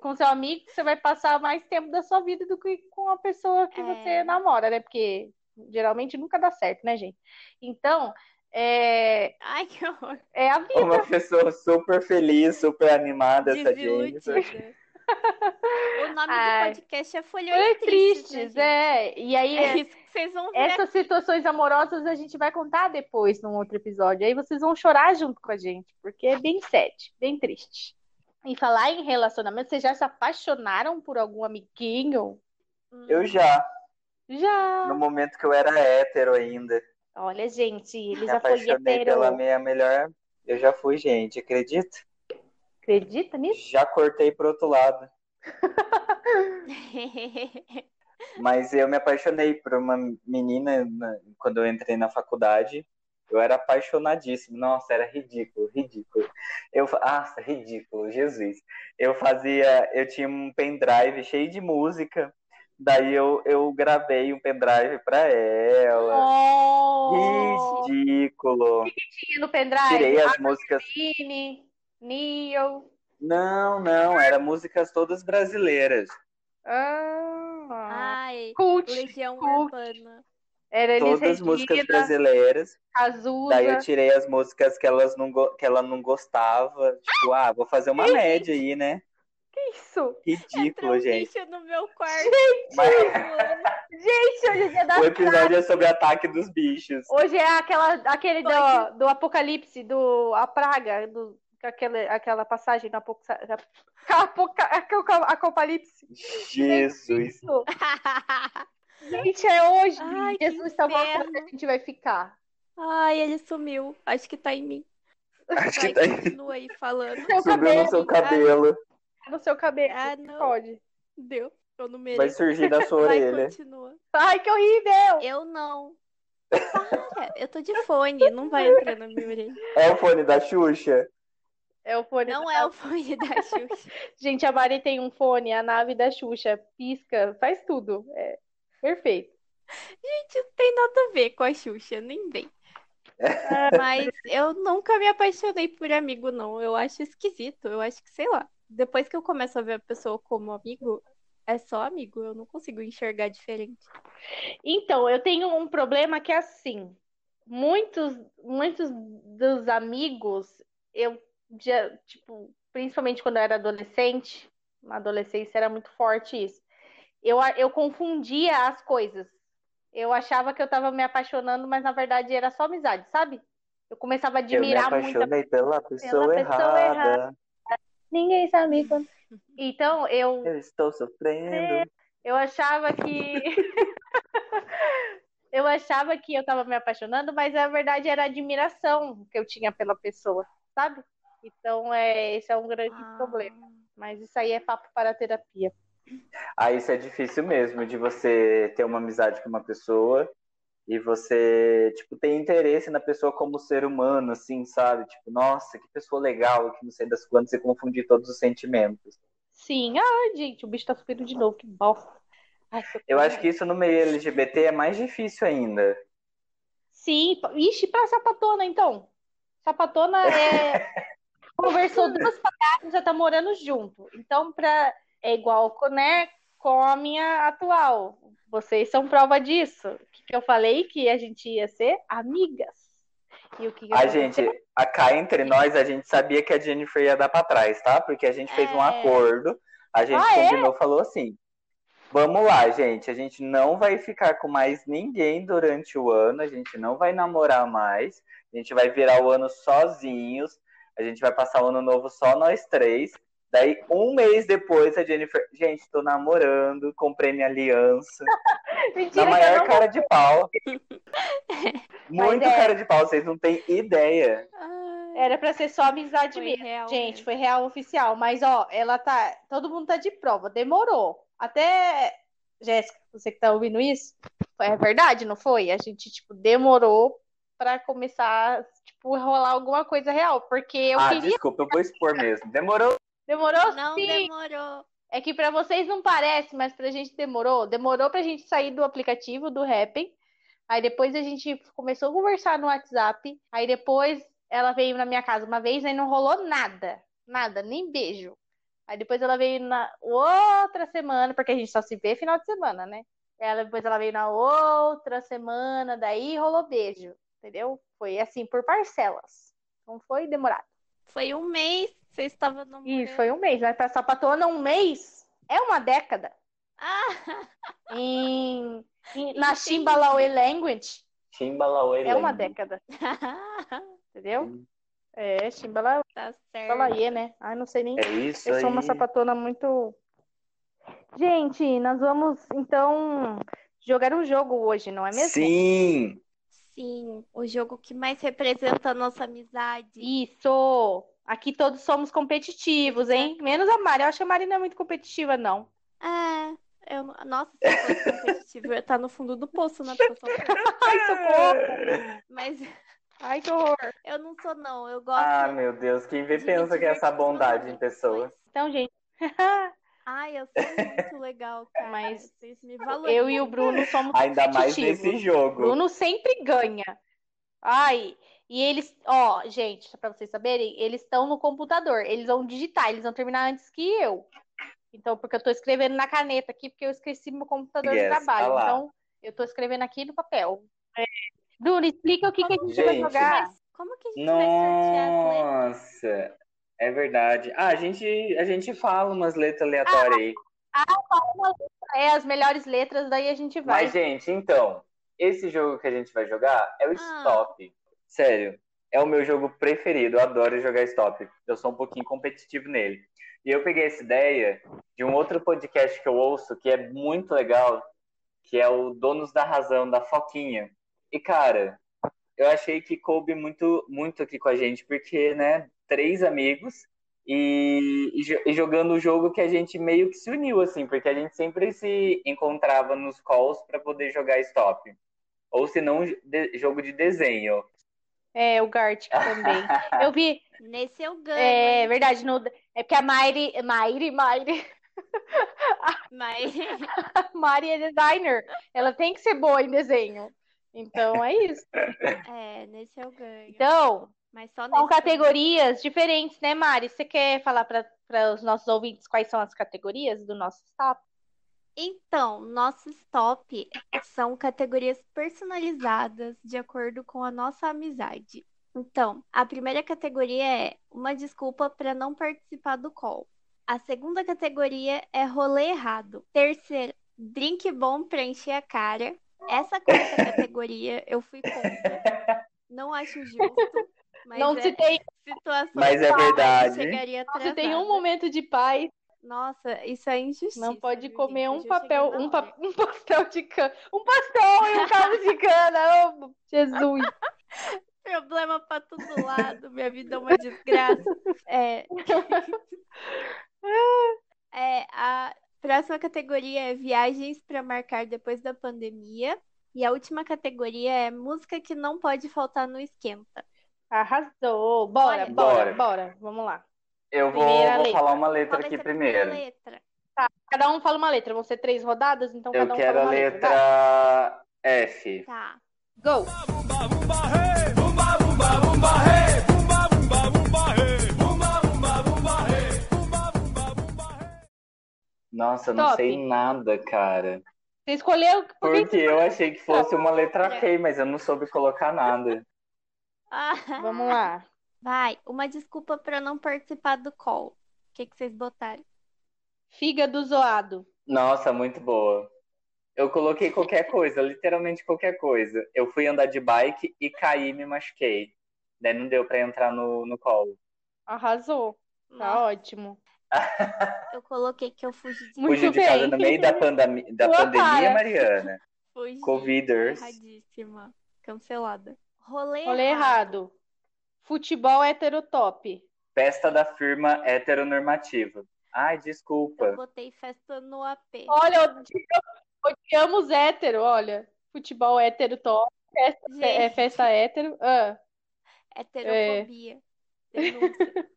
C: com seu amigo você vai passar mais tempo da sua vida do que com a pessoa que
B: É.
C: você namora, né? Porque geralmente nunca dá certo, né, gente? Então, é,
B: Ai, que horror.
C: é a vida.
A: Uma pessoa super feliz, super animada, essa Jennifer.
B: Desiludida. O nome
C: Ai.
B: do podcast é Folhões
C: Foi
B: Tristes.
C: tristes,
B: né,
C: é. E aí,
B: gente? É isso que vocês vão ver.
C: essas situações amorosas a gente vai contar depois num outro episódio. Aí vocês vão chorar junto com a gente, porque é bem sad, bem triste. E falar em relacionamento, vocês já se apaixonaram por algum amiguinho?
B: Hum.
A: Eu já,
C: Já!
A: no momento que eu era hétero ainda,
C: Olha, gente, ele
A: me
C: já foi
A: apaixonei pela
C: hétero.
A: minha melhor. Eu já fui, gente, acredita?
C: Acredita nisso?
A: Já cortei pro outro lado. Mas eu me apaixonei por uma menina na- quando eu entrei na faculdade. Eu era apaixonadíssimo. Nossa, era ridículo, ridículo. Eu, fa- nossa, ridículo, Jesus. Eu fazia, eu tinha um pendrive cheio de música. Daí eu, eu gravei um pendrive pra ela.
C: Oh!
A: Ridículo.
C: Tinha no pendrive,
A: Tirei as músicas.
C: Aline, Neil.
A: Não, não, eram músicas todas brasileiras.
C: Ah,
B: Ai,
C: cult.
B: Legião
C: cult.
B: Urbana.
C: Era Elis
A: Todas músicas
C: Regina,
A: brasileiras.
C: Cazuza.
A: Daí eu tirei as músicas que, elas não go- que ela não gostava. Tipo, ah, vou fazer uma média aí, né?
C: Que isso?
B: Entrou um
A: Ridículo, gente.
B: bicho no meu quarto.
A: Mas
B: voando.
C: Gente, hoje é dia das
A: o episódio é sobre ataque dos bichos.
C: Hoje é aquela, aquele
B: Pode.
C: do, do apocalipse, do a praga, do, aquela, aquela passagem do apoca, da- ca- apoca- aco- ca- apocalipse.
A: Jesus.
C: Isso. Gente, é hoje.
B: Ai, que
C: Jesus tá voltando que a
B: inferno.
C: gente vai ficar.
B: Ai, ele sumiu. Acho que tá em mim.
A: Acho
B: Vai,
A: que tá
B: continua aí falando.
C: Seu
A: subiu no
C: cabelo,
A: seu cabelo.
C: no seu cabelo.
B: Ah, não.
C: Pode.
B: Deu. Eu não
A: Vai
B: mereço.
A: surgir da sua
B: Vai,
A: orelha.
B: continua.
C: Ai, que horrível!
B: Eu não. Para, eu tô de fone. Não vai entrar na minha orelha.
A: É o fone da Xuxa?
C: É o fone.
B: Não
A: tá
C: da-
B: é o fone da Xuxa.
C: Gente, a Mari tem um fone, a nave da Xuxa, pisca, faz tudo. É perfeito.
B: Gente, não tem nada a ver com a Xuxa, nem bem. Mas eu nunca me apaixonei por amigo, não. Eu acho esquisito. Eu acho que, sei lá, depois que eu começo a ver a pessoa como amigo, é só amigo. Eu não consigo enxergar diferente.
C: Então, eu tenho um problema que é assim, muitos, muitos dos amigos, eu já, tipo, principalmente quando eu era adolescente, na adolescência era muito forte isso. Eu, a- eu confundia as coisas. Eu achava que eu tava me apaixonando, mas na verdade era só amizade, sabe? Eu começava a
A: Eu me
C: admirar muito a
A: apaixonei pela pessoa,
C: pessoa
A: errada.
C: errada. Ninguém sabe quando. Então, eu
A: Eu estou sofrendo.
C: eu achava que. eu achava que eu tava me apaixonando, mas na verdade era a admiração que eu tinha pela pessoa, sabe? Então, é, esse é um grande
B: Ah.
C: problema. Mas isso aí é papo para a terapia.
A: Ah, isso é difícil mesmo, de você ter uma amizade com uma pessoa e você, tipo, ter interesse na pessoa como ser humano, assim, sabe? Tipo, nossa, que pessoa legal, que não sei das quantas, você confundir todos os sentimentos.
C: Sim, ai, gente, o bicho tá subindo de novo, que bosta. Ai,
A: Eu acho que isso no meio LGBT é mais difícil ainda.
C: Sim, pa- ixi, pra sapatona, então. Sapatona é. Conversou duas palavras, já tá morando junto. Então, pra... é igual né, com a minha atual. Vocês são prova disso. O que que eu falei que a gente ia ser amigas. E o que que
A: A
C: aconteceu?
A: gente, a cá entre nós, a gente sabia que a Jennifer ia dar pra trás, tá? Porque a gente fez um
B: É.
A: acordo, a gente
C: Ah, é?
A: combinou, falou assim: vamos lá, gente, a gente não vai ficar com mais ninguém durante o ano, a gente não vai namorar mais, a gente vai virar o ano sozinhos, a gente vai passar o ano novo só nós três. Daí, um mês depois, a Jennifer, gente, tô namorando, comprei minha aliança.
C: Mentira,
A: Na
C: que eu
A: maior
C: não
A: cara de pau. Muito
C: Mas é.
A: cara de pau, vocês não têm ideia.
B: Ai,
C: Era pra ser só amizade
B: Ah, foi
C: mesmo.
B: real
C: Gente,
B: mesmo.
C: foi real oficial. Mas, ó, ela tá. Todo mundo tá de prova. Demorou. Até. Jéssica, você que tá ouvindo isso? É verdade, não foi? A gente, tipo, demorou pra começar, tipo, rolar alguma coisa real. Porque eu
A: ah,
C: queria.
A: desculpa, eu vou expor mesmo. Demorou?
C: Demorou
B: Não
C: sim.
B: demorou.
C: É que pra vocês não parece, mas pra gente demorou. Demorou pra gente sair do aplicativo do Happn. Aí depois a gente começou a conversar no WhatsApp. Aí depois ela veio na minha casa uma vez, aí não rolou nada. Nada, nem beijo. Aí depois ela veio na outra semana, porque a gente só se vê final de semana, né? Ela, depois ela veio na outra semana, daí rolou beijo, entendeu? Foi assim, por parcelas. Não foi demorado.
B: Foi um mês, você estava namorando.
C: Isso, foi um mês. Mas pra sapatona, um mês é uma década.
B: Ah,
C: Em, em- na
B: Entendi.
C: Shimbalawe Language
A: Chimbalauê.
C: é uma década, entendeu? É, Shimbalawe,
B: tá certo.
C: Shimbalawe, né? Ai, não sei nem.
A: É isso
C: Eu sou uma
A: aí.
C: sapatona muito. Gente, nós vamos então jogar um jogo hoje, não é mesmo?
A: Sim!
B: Sim, o jogo que mais representa a nossa amizade.
C: Isso! Aqui todos somos competitivos, hein? Menos a Mari. Eu acho que a Mari não é muito competitiva, não.
B: Ah, eu, não- nossa, se eu fosse competitiva, eu ia estar no fundo do poço, né? Porque eu sou péssima.
C: Ai, socorro!
B: Mas
C: Ai, que horror!
B: eu não sou, não. Eu gosto.
A: Ah, meu Deus, quem vê
B: de me
A: pensa que é essa
B: divertir com
A: bondade
B: os
A: em
B: outros,
A: pessoa.
B: mas-
C: Então, gente,
B: Ai, eu sou muito legal, cara.
C: Mas
B: Vocês me valorizam.
C: eu e o Bruno somos
A: Ainda mais
C: competitivos.
A: nesse jogo.
C: Bruno sempre ganha. Ai, e eles, ó, gente, só pra vocês saberem, eles estão no computador, eles vão digitar, eles vão terminar antes que eu. Então, porque eu tô escrevendo na caneta aqui, porque eu esqueci meu computador de
A: Yes,
C: trabalho.
A: tá lá.
C: Então, eu tô escrevendo aqui no papel. Bruno, explica o que, que a gente, vai
A: Gente.
C: jogar.
B: Como que a gente vai sortear as letras?
C: tá
A: Nossa, é verdade. Ah, a gente, a gente fala umas letras
C: Ah,
A: aleatórias aí.
C: É, as melhores letras, daí a gente vai.
A: Mas, gente, então, esse jogo que a gente vai jogar é o
B: Ah.
A: Stop. Sério, é o meu jogo preferido. Eu adoro jogar Stop. Eu sou um pouquinho competitivo nele. E eu peguei essa ideia de um outro podcast que eu ouço, que é muito legal, que é o Donos da Razão, da Foquinha. E, cara, eu achei que coube muito, muito aqui com a gente, porque, né, três amigos e, e jo- e jogando o jogo que a gente meio que se uniu, assim, porque a gente sempre se encontrava nos calls para poder jogar stop. Ou se não, de- jogo de desenho.
C: É, o Gartic também. Eu vi,
B: Nesse eu ganho.
C: é
B: hein?
C: verdade, no, é porque a Maire, Maire, Maire,
B: Mas
C: Mari é designer. Ela tem que ser boa em desenho. Então, é isso.
B: é, nesse eu ganho.
C: Então,
B: Mas só nesse.
C: São
B: eu ganho.
C: categorias diferentes, né, Mari? Você quer falar para os nossos ouvintes quais são as categorias do nosso stop?
B: Então, nossos top são categorias personalizadas de acordo com a nossa amizade. Então, a primeira categoria é uma desculpa para não participar do call. A segunda categoria é rolê errado. Terceira, drink bom pra encher a cara. Essa quarta categoria eu fui contra. Não acho justo, mas
C: Não
B: é
C: se tem,
B: situação
A: Mas é
B: que
A: verdade.
B: chegaria
C: não se tem
B: atrasada.
C: um momento de paz,
B: Nossa, isso é injustiça.
C: não pode
B: viu,
C: comer
B: gente?
C: um
B: Hoje eu
C: papel,
B: cheguei na
C: um,
B: hora.
C: pa- um pastel de cana, um pastel e um caldo de cana. Ô, Jesus!
B: Problema pra todo lado, minha vida é uma desgraça. É. É, a próxima categoria é viagens pra marcar depois da pandemia. E a última categoria é música que não pode faltar no esquenta.
C: Arrasou! Bora,
B: Olha.
C: bora,
A: Bora.
C: bora. Vamos lá.
A: Eu vou,
C: Primeira
A: vou
C: letra.
A: falar uma
B: Qual
A: letra
B: vai
A: aqui
B: ser a primeira
A: primeiro.
B: letra?
C: Cada um fala uma letra. Vão ser três rodadas, então
A: Eu
C: cada um
A: quero
C: fala
A: a
C: uma letra.
A: letra F.
B: Tá.
C: Vai. Go!
A: Nossa, eu não
C: Top.
A: sei nada, cara.
C: Você escolheu por que
A: Porque eu achei que fosse uma letra P, mas eu não soube colocar nada.
B: Ah,
C: Vamos lá.
B: Vai, uma desculpa pra não participar do call. O que que vocês botaram?
C: Fígado zoado.
A: Nossa, muito boa. Eu coloquei qualquer coisa, literalmente qualquer coisa. Eu fui andar de bike e caí e me machuquei. Daí não deu pra entrar no, no colo.
C: Arrasou. Tá ótimo.
B: Eu coloquei que eu fugi de
C: Muito
A: Fugiu de
C: bem.
A: casa no meio da, pandami- da
C: Sua
A: pandemia,
C: cara.
A: Mariana.
B: Fugi.
A: Coviders.
B: Erradíssima. Cancelada. Rolê,
C: Falei errado. Futebol heterotop.
A: Festa da firma heteronormativa. Ai,
B: Eu
A: desculpa.
B: botei festa no AP.
C: Olha, odi- odiamos hétero, olha. Futebol heterotop. Festa,
B: Gente, é
C: é festa hétero. Ah,
B: heterofobia. Denúncia.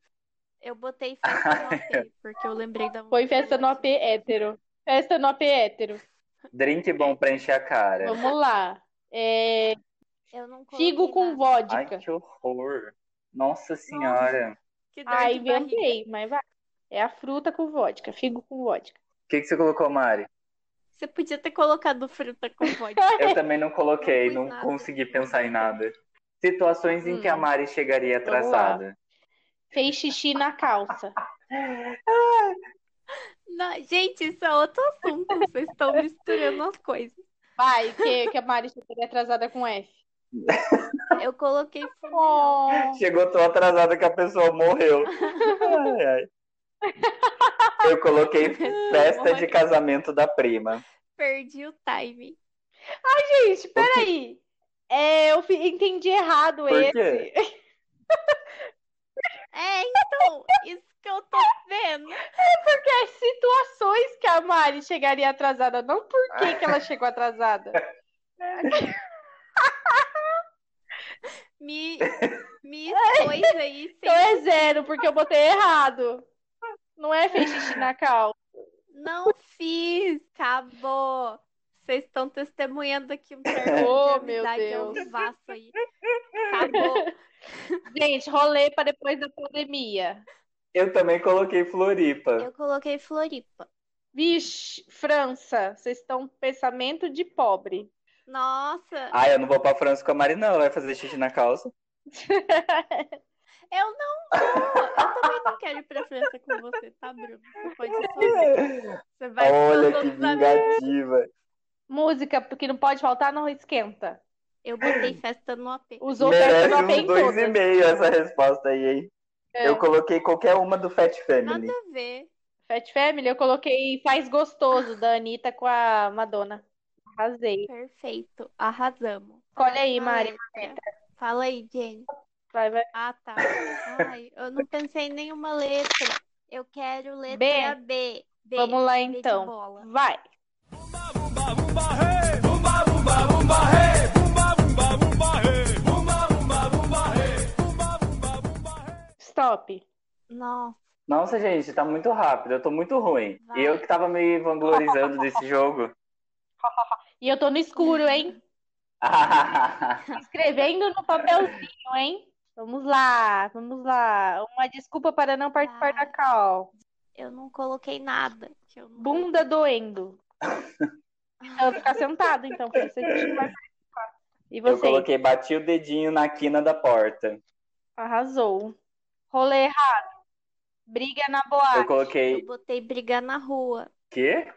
B: Eu botei festa no AP, porque eu lembrei da
C: foi festa no é. AP hétero. Festa no AP hétero.
A: Drink bom pra encher a cara.
C: Vamos lá. É,
B: Eu não coloquei
C: figo com
B: nada.
A: Ai,
C: vodka.
A: que horror. Nossa senhora.
B: Que dor
C: Ah,
B: de barriga.
C: inventei, mas vai. É a fruta com vodka. Figo com vodka.
A: O que, que você colocou, Mari?
B: Você podia ter colocado fruta com vodka.
A: Eu também não coloquei,
B: Não
A: não,
B: pus nada.
A: consegui pensar em nada. Situações em que a
C: Hum.
A: Mari chegaria
C: Vamos lá.
A: atrasada.
C: Fez xixi na calça.
B: Não, gente, isso é outro assunto. Vocês estão misturando as coisas.
C: Vai, que, que a Mari chegou atrasada com F.
B: Eu coloquei funeral.
C: Oh.
A: Chegou tão atrasada que a pessoa morreu. Ai, ai. Eu coloquei festa de casamento da prima.
B: Perdi o time.
C: Gente, peraí. É, eu fi- entendi errado
A: Por
C: esse.
A: quê?
B: É, então, isso que eu tô vendo.
C: Porque É as situações que a Mari chegaria atrasada, não por que que ela chegou atrasada.
B: Me, me expôs aí sem
C: Então é zero, porque eu botei errado. Não é fez xixi na calça.
B: Não fiz, acabou. Vocês estão testemunhando aqui um termo
C: Oh,
B: de
C: meu
B: amizade
C: Deus.
B: ao vivaço aí. Acabou.
C: Gente, rolê para depois da pandemia.
A: Eu também coloquei Floripa.
B: Eu coloquei Floripa.
C: Vixe, França, vocês estão com pensamento de pobre.
B: Nossa,
A: Ah, eu não vou pra França com a Mari, não. Ela vai fazer xixi na calça.
B: eu não vou. Eu também não quero ir pra França com você, tá, Bruno? Você pode ir sozinho. Você vai
A: Olha
B: com
A: que
B: todos os amigos.
A: vingativa.
C: Música, porque não pode faltar, não esquenta.
B: Eu botei festa no AP.
C: Os
A: Merece
C: ofertas não
A: uns
C: tem
A: dois e
C: todas.
A: meio essa resposta aí, hein?
C: É.
A: Eu coloquei qualquer uma do Fat Family.
B: Nada a ver.
C: Fat Family, eu coloquei Faz Gostoso da Anitta com a Madonna. Arrasei.
B: Perfeito. Arrasamos. é.
C: Escolhe aí, Mari.
B: Fala aí, Jenny.
C: Vai, vai.
B: Ah, tá. Ai, eu não pensei em nenhuma letra. Eu quero letra
C: B.
B: B. B.
C: Vamos lá,
B: B de
C: então.
B: bola.
C: Vai. Stop.
B: Nossa,
A: Nossa, gente, tá muito rápido. Eu tô muito ruim.
B: Vai.
A: E eu que tava me vanglorizando desse jogo.
C: E eu tô no escuro, hein? Escrevendo no papelzinho, hein? Vamos lá, vamos lá. Uma desculpa para não participar da
B: Vai.
C: call.
B: eu não coloquei nada. que eu não-
C: Bunda doendo. Ela vai ficar sentada, então, porque você não vai participar. E
A: eu
C: você?
A: coloquei, bati o dedinho na quina da porta.
C: Arrasou. Rolê errado. Briga na boate.
A: Eu coloquei.
B: Eu botei brigar na rua.
A: Quê?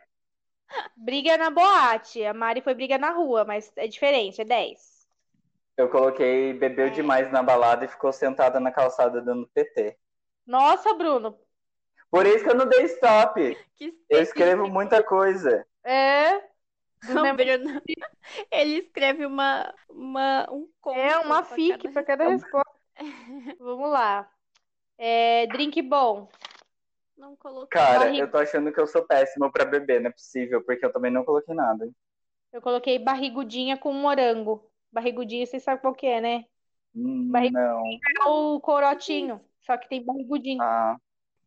C: Briga na boate. A Mari foi briga na rua, mas é diferente, é 10.
A: Eu coloquei, bebeu
B: É.
A: demais na balada e ficou sentada na calçada dando PT.
C: Nossa, Bruno.
A: Por isso que eu não dei stop.
B: Que
A: Eu escrevo muita coisa.
C: É,
B: O Bruno, ele escreve uma, uma, um conto
C: é uma
B: pra
C: fique
B: cada- um.
C: para cada resposta. Vamos lá. É, drink bom.
B: Não coloquei.
A: Cara,
C: Barriga.
A: eu tô achando que eu sou péssimo pra beber, não é possível, porque eu também não coloquei nada.
C: Eu coloquei barrigudinha com morango. Barrigudinha, vocês sabem qual que é, né?
A: Hum,
C: Barriga.
A: Não.
C: É o corotinho, só que tem barrigudinho.
A: Ah,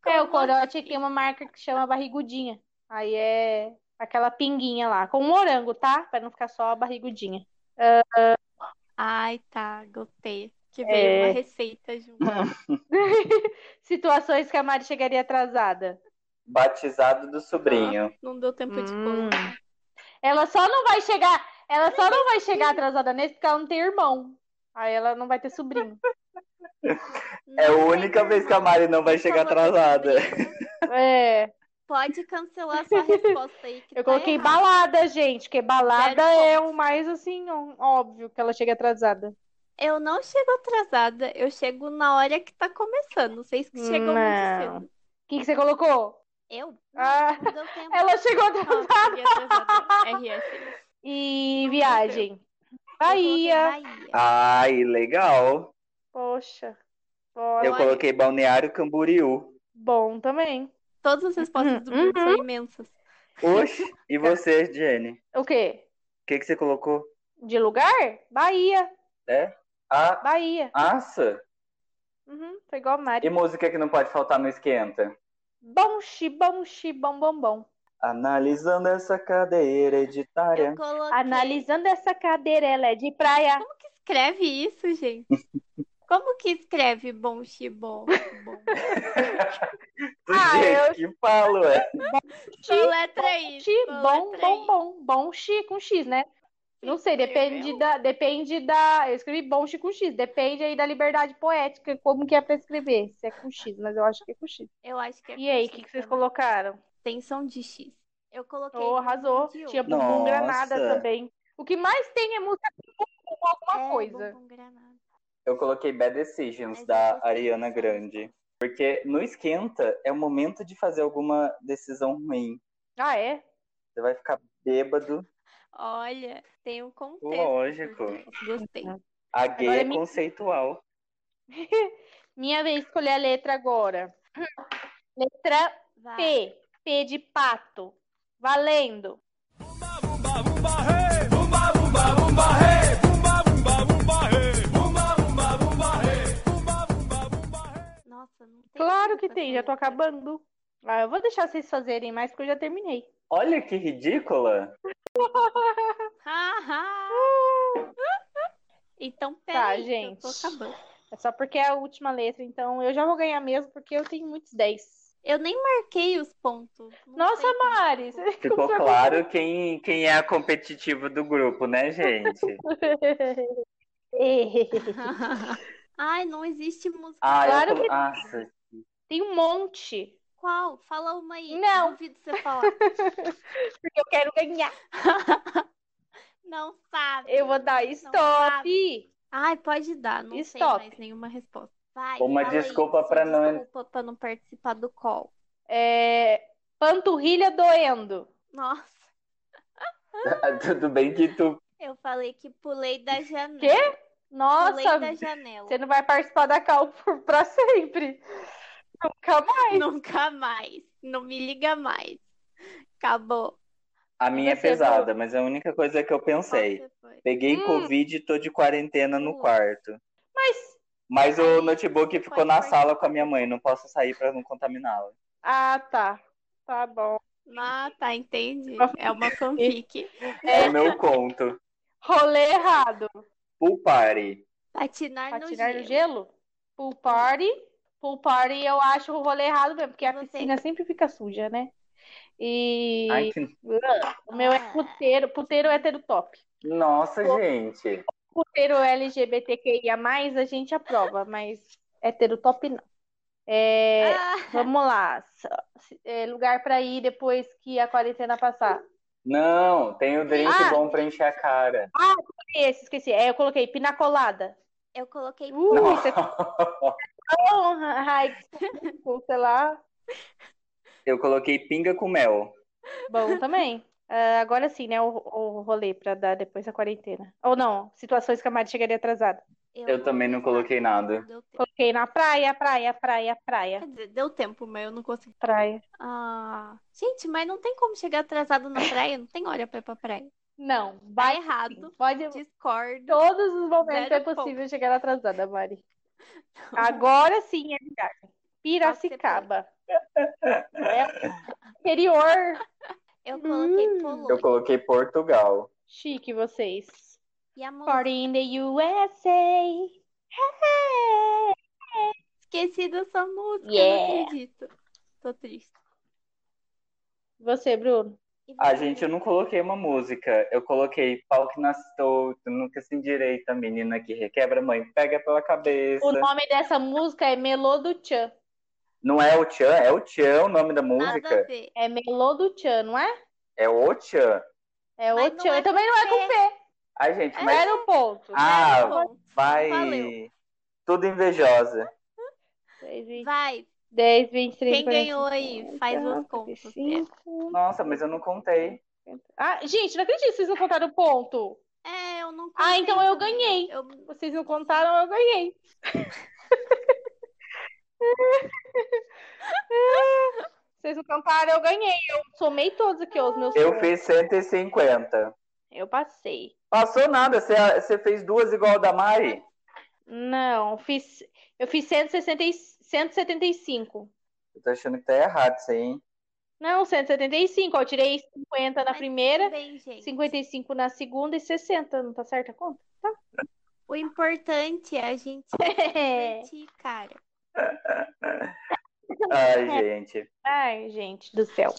C: É, o corote tem uma marca que chama barrigudinha. Aí é aquela pinguinha lá, com morango, tá? Para não ficar só a barrigudinha.
B: Ai, tá, gostei. Que veio
C: É.
B: uma receita junto.
C: Situações que a Mari chegaria atrasada.
A: batizado do sobrinho.
B: Não deu tempo de
C: Hum.
B: colocar.
C: Ela só não vai chegar, ela só não vai chegar atrasada nesse porque ela não tem irmão. Aí ela não vai ter sobrinho.
A: É a
B: Não
A: única
B: tem
A: vez que a Mari não vai
B: como
A: chegar
B: você
A: atrasada.
B: brinca.
C: É,
B: Pode cancelar sua resposta aí, que tá
C: eu coloquei
B: errado.
C: balada, gente, porque balada
B: Zero
C: é
B: pontos.
C: o mais assim, ó- óbvio que ela chega atrasada.
B: Eu não chego atrasada, eu chego na hora que tá começando. Vocês que chegam
C: Não.
B: muito cedo.
C: O que que você colocou?
B: Eu? Não,
C: Ah,
B: não deu tempo.
C: Ela chegou
B: Não,
C: atrasada.
B: eu cheguei atrasada. RS.
C: E viagem. Bahia.
B: Eu coloquei Bahia.
A: Ai, legal.
C: Poxa. Bora.
A: Eu coloquei Balneário Camboriú.
C: Bom também.
B: Todas as respostas do Bruno
C: Uhum.
B: são imensas.
A: Oxe, e você, Jenny? O
C: O quê?
A: que, que você colocou?
C: De lugar? Bahia.
A: Ah,
C: Bahia.
A: aça.
C: Uhum, foi igual a Mari.
A: E música que não pode faltar no Esquenta?
C: Bom, xi, bom, xi, bom, bom, bom.
A: Analisando essa cadeira
B: Eu
A: editária.
B: coloquei.
C: Analisando essa cadeira, ela é de praia.
B: Escreve isso, gente. Como que escreve bom xibom? Bom.
A: Do
C: Ah,
A: jeito que falo, é.
C: Xi,
B: Soletra isso.
C: xi, bom,
B: soletra
C: bom,
B: isso.
C: bom. Bom, xi, com x, né? Não sei,
B: Meu
C: depende da, depende da. Eu escrevi bom, xi, com x. Depende aí da liberdade poética, como que é pra escrever. Se é com x, mas eu acho que é com x.
B: Eu acho que é
C: E aí, o
B: com
C: que,
B: X
C: que vocês
B: também.
C: colocaram?
B: Tem som de X. Eu coloquei.
C: Oh, arrasou.
B: bumbum de um.
C: Tinha
B: ouro.
C: bumbum
A: Nossa.
C: granada também. O que mais tem é música com bumbum, alguma
B: É,
C: coisa.
B: bumbum granada.
A: Eu coloquei Bad Decisions,
B: Mas eu
A: da
B: gostei
A: Ariana
B: dessa
A: Grande. Porque no Esquenta é o momento de fazer alguma decisão ruim.
C: Ah, é?
A: Você vai ficar bêbado.
B: Olha, tem um contexto.
A: Lógico.
B: por trás. Gostei.
A: A gay
C: Agora
A: é
C: me-
A: conceitual.
C: Minha vez de escolher a letra agora. Letra
B: Vai.
C: P. P de pato. Valendo.
B: Nossa, não tem
C: Claro que
B: como
C: tem, já tô
B: essa letra.
C: acabando. Ah, eu vou deixar vocês fazerem mais, porque eu já terminei.
A: Olha que ridícula!
B: Haha. então, peraí,
C: Tá,
B: que eu
C: gente.
B: tô acabando.
C: É só porque é a última letra, então eu já vou ganhar mesmo, porque eu tenho muitos 10.
B: Eu nem marquei os pontos. Não
C: Nossa,
B: sei como-
C: Mari! você-
A: Ficou claro quem, quem é a competitiva do grupo, né, gente?
B: Ai, não existe música
A: Ah,
C: Claro
A: eu...
C: que-
A: Nossa,
C: Tem um monte,
B: qual. Fala uma aí.
C: Não.
B: ouvi você falar.
C: porque eu quero ganhar.
B: Não sabe.
C: Eu vou dar stop.
B: Ai, pode dar. Não
C: Stop.
B: tem mais nenhuma resposta. Vai,
A: Uma
B: fala aí,
A: desculpa
B: sua
A: pra não-
B: Desculpa pra não participar do call.
C: É, Panturrilha doendo.
B: Nossa,
A: tudo bem que tu.
B: eu falei que pulei da janela.
C: Quê?
B: Pulei
C: Nossa,
B: da janela.
C: você não vai participar da Cal por- pra sempre. Nunca mais.
B: Nunca mais. Não me liga mais. Acabou.
A: A minha é
C: Você
A: pesada, mas é a única coisa que eu
B: Qual
A: pensei.
B: você foi?
A: Peguei
C: Hum.
A: Covid e tô de quarentena no
B: Putz.
A: quarto.
C: Mas,
A: Mas o notebook ficou
B: Pode
A: na
B: participar.
A: sala com a minha mãe, não posso sair pra não contaminá-la.
C: ah, tá. Tá bom.
B: Ah, tá, entendi.
C: Uma
B: É uma fanfic.
A: É o meu conto.
C: Rolê errado.
A: Pool party.
B: Patinar,
C: Patinar
B: no
C: É no
B: gelo.
C: gelo? Pool party. Pool party eu acho o rolê errado mesmo, porque a
B: Você-
C: piscina sempre fica suja, né? E
A: Ai, que...
C: o meu é puteiro, puteiro hétero top.
A: Nossa,
C: Pô.
A: gente.
C: Puteiro LGBTQIA+, a gente aprova, mas hétero top não. É,
B: Ah,
C: vamos lá. S- é, lugar pra ir depois que a quarentena passar.
A: Não, tem o drink
C: Ah.
A: bom pra encher a cara.
C: Esse, esqueci. É, eu coloquei pinacolada.
B: eu coloquei
C: Uh,
A: Não.
C: isso é bom. Ai, que suco, sei lá.
A: Eu coloquei pinga com mel.
C: Bom também. Ah, agora sim, né? O, o rolê pra dar depois da quarentena. Ou não, situações que a Mari chegaria atrasada.
A: Eu também não coloquei nada.
B: Deu tempo.
C: Coloquei na praia, praia, praia,
B: Quer
C: praia,
B: dizer, deu tempo, mas eu não consegui.
C: praia.
B: Ah, gente, mas não tem como chegar atrasado na praia? Não tem hora pra ir pra praia.
C: Não,
B: Tá
C: vai
B: errado.
C: Pode,
B: Discordo.
C: todos os momentos
B: Zero
C: é possível chegar atrasada, Mari. Agora sim é viagem. Piracicaba. É o interior. Hum.
B: Eu coloquei
A: Eu
B: Polônia.
A: coloquei Portugal.
C: Chique vocês.
B: E a música?
C: Party in the USA.
B: Esqueci dessa música,
C: Yeah.
B: não acredito. Tô triste.
C: Você, Bruno.
B: E
A: Ah,
B: você?
A: gente, eu não coloquei uma música. Eu coloquei pau que nasceu, tu nunca se endireita, menina que requebra, mãe, pega pela cabeça.
C: O nome dessa música é Melô do Tchan.
A: Não é o Tchan, é o Tchan é o nome da
B: Nada a
A: música.
B: ver.
C: É Melô do Tchan, não é?
A: É o Tchan.
C: É
B: Mas
C: o
B: não
C: Tchan.
B: é
C: E também não é com P.
A: Ai, gente, mas
C: Era o ponto.
A: Ah,
C: Era o ponto.
B: Bom,
A: vai.
B: valeu.
A: Tudo invejosa.
C: 10, 20,
B: Vai,
C: 10, 20, 30,
B: Quem ganhou aí?
C: 40,
B: Faz os
C: 45.
B: contos.
A: Nossa, mas eu não contei.
C: Ah, gente, não acredito que vocês não contaram o ponto.
B: É, eu não
C: Ah,
B: contei
C: então eu
B: também.
C: ganhei.
B: Eu...
C: Vocês não contaram, eu ganhei. Vocês não contaram, eu ganhei. Eu somei todos aqui, ó, os meus
A: Eu
C: pontos.
A: fiz 150.
C: Eu passei.
A: Passou nada, você você fez duas igual a da Mari?
C: Não, fiz, eu fiz 160, e- 175.
A: Eu tô achando que tá errado isso aí, hein?
C: Não, 175. ó, Eu tirei 50 na
B: Mas
C: primeira,
B: tudo bem, gente.
C: 55 na segunda e 60. Não tá certa a conta?
B: O importante é a gente se divertir, cara.
A: Ai, gente.
C: Ai, gente do céu.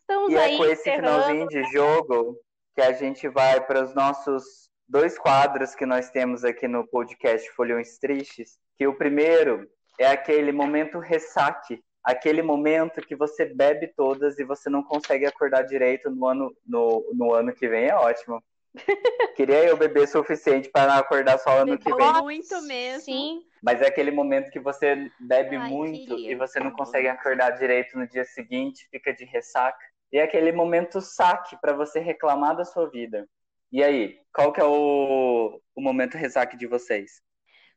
C: Estamos
A: E
C: aí
A: é com esse
C: encerrando.
A: finalzinho de jogo que a gente vai para os nossos dois quadros que nós temos aqui no podcast Folhões Tristes, que o primeiro é aquele momento ressaque, aquele momento que você bebe todas e você não consegue acordar direito no ano, no, no ano que vem, é ótimo. Queria eu beber suficiente para não acordar só ano que vem.
B: Bebeu muito mesmo.
C: Sim,
A: Mas é aquele momento que você bebe
B: Ai,
A: muito
B: queria.
A: e você não consegue acordar direito no dia seguinte, fica de ressaca. E é aquele momento saque para você reclamar da sua vida. E aí, qual que é o, o momento ressaque de vocês?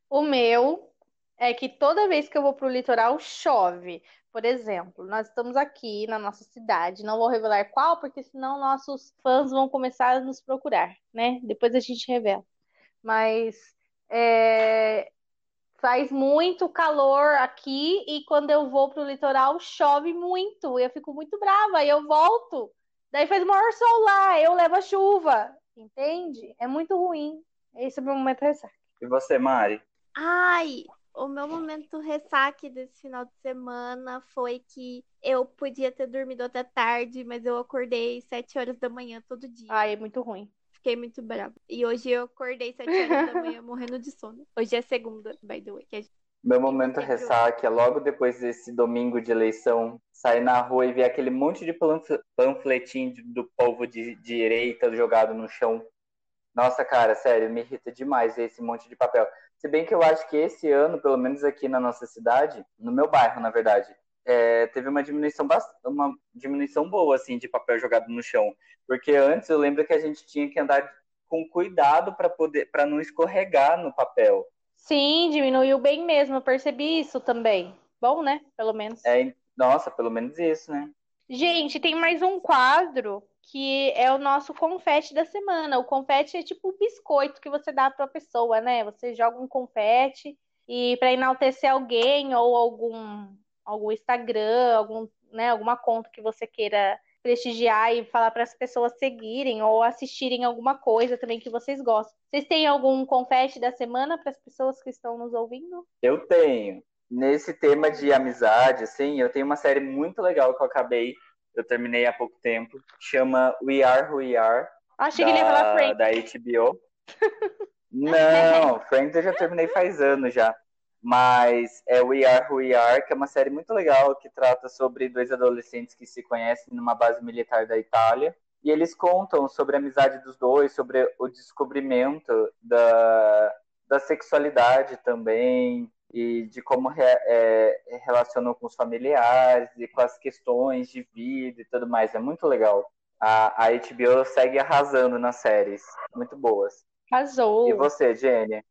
C: o meu é que toda vez que eu vou pro litoral chove. Por exemplo, nós estamos aqui na nossa cidade, não vou revelar qual, porque senão nossos fãs vão começar a nos procurar, né? Depois a gente revela. Mas é, Faz muito calor aqui e quando eu vou pro litoral chove muito. Eu fico muito brava e eu volto. Daí faz o maior sol lá, eu levo a chuva. Entende? É muito ruim. Esse é o meu momento ressaca.
A: E você, Mari?
B: Ai, o meu momento ressaca desse final de semana foi que eu podia ter dormido até tarde, mas eu acordei sete horas da manhã todo dia.
C: Ai, é muito ruim.
B: Fiquei muito brava. E hoje eu acordei sete horas da manhã morrendo de sono. Hoje é segunda, by the way. que a gente-
A: Meu momento ressaca é logo depois desse domingo de eleição, sair na rua e ver aquele monte de panf- panfletinho de- do povo de de direita jogado no chão. Nossa, cara, sério, me irrita demais ver esse monte de papel. Se bem que eu acho que esse ano, pelo menos aqui na nossa cidade, no meu bairro, na verdade, é, teve uma diminuição, bas- uma diminuição boa, assim, de papel jogado no chão. Porque antes eu lembro que a gente tinha que andar com cuidado para poder, para não escorregar no papel.
C: Sim, diminuiu bem mesmo. Eu percebi isso também. Bom, né? Pelo menos.
A: É, nossa, pelo menos isso, né?
C: Gente, tem mais um quadro que é o nosso confete da semana. O confete é tipo o biscoito que você dá pra pessoa, né? Você joga um confete e pra enaltecer alguém ou algum algum Instagram, algum, né, alguma conta que você queira prestigiar e falar para as pessoas seguirem ou assistirem alguma coisa também que vocês gostam. Vocês têm algum confete da semana para as pessoas que estão nos ouvindo?
A: Eu tenho. Nesse tema de amizade, assim, eu tenho uma série muito legal que eu acabei, eu terminei há pouco tempo, chama We Are Who We Are,
C: Achei que ele ia falar
A: da,
C: Friends.
A: da HBO. Não, Friends eu já terminei faz anos já. Mas é We Are Who We Are, que é uma série muito legal que trata sobre dois adolescentes que se conhecem numa base militar da Itália. E eles contam sobre a amizade dos dois, sobre o descobrimento da, da sexualidade também, e de como re, é, relacionam com os familiares e com as questões de vida e tudo mais. É muito legal. A, a HBO segue arrasando nas séries. Muito boas.
C: Arrasou.
A: E você, Jenny?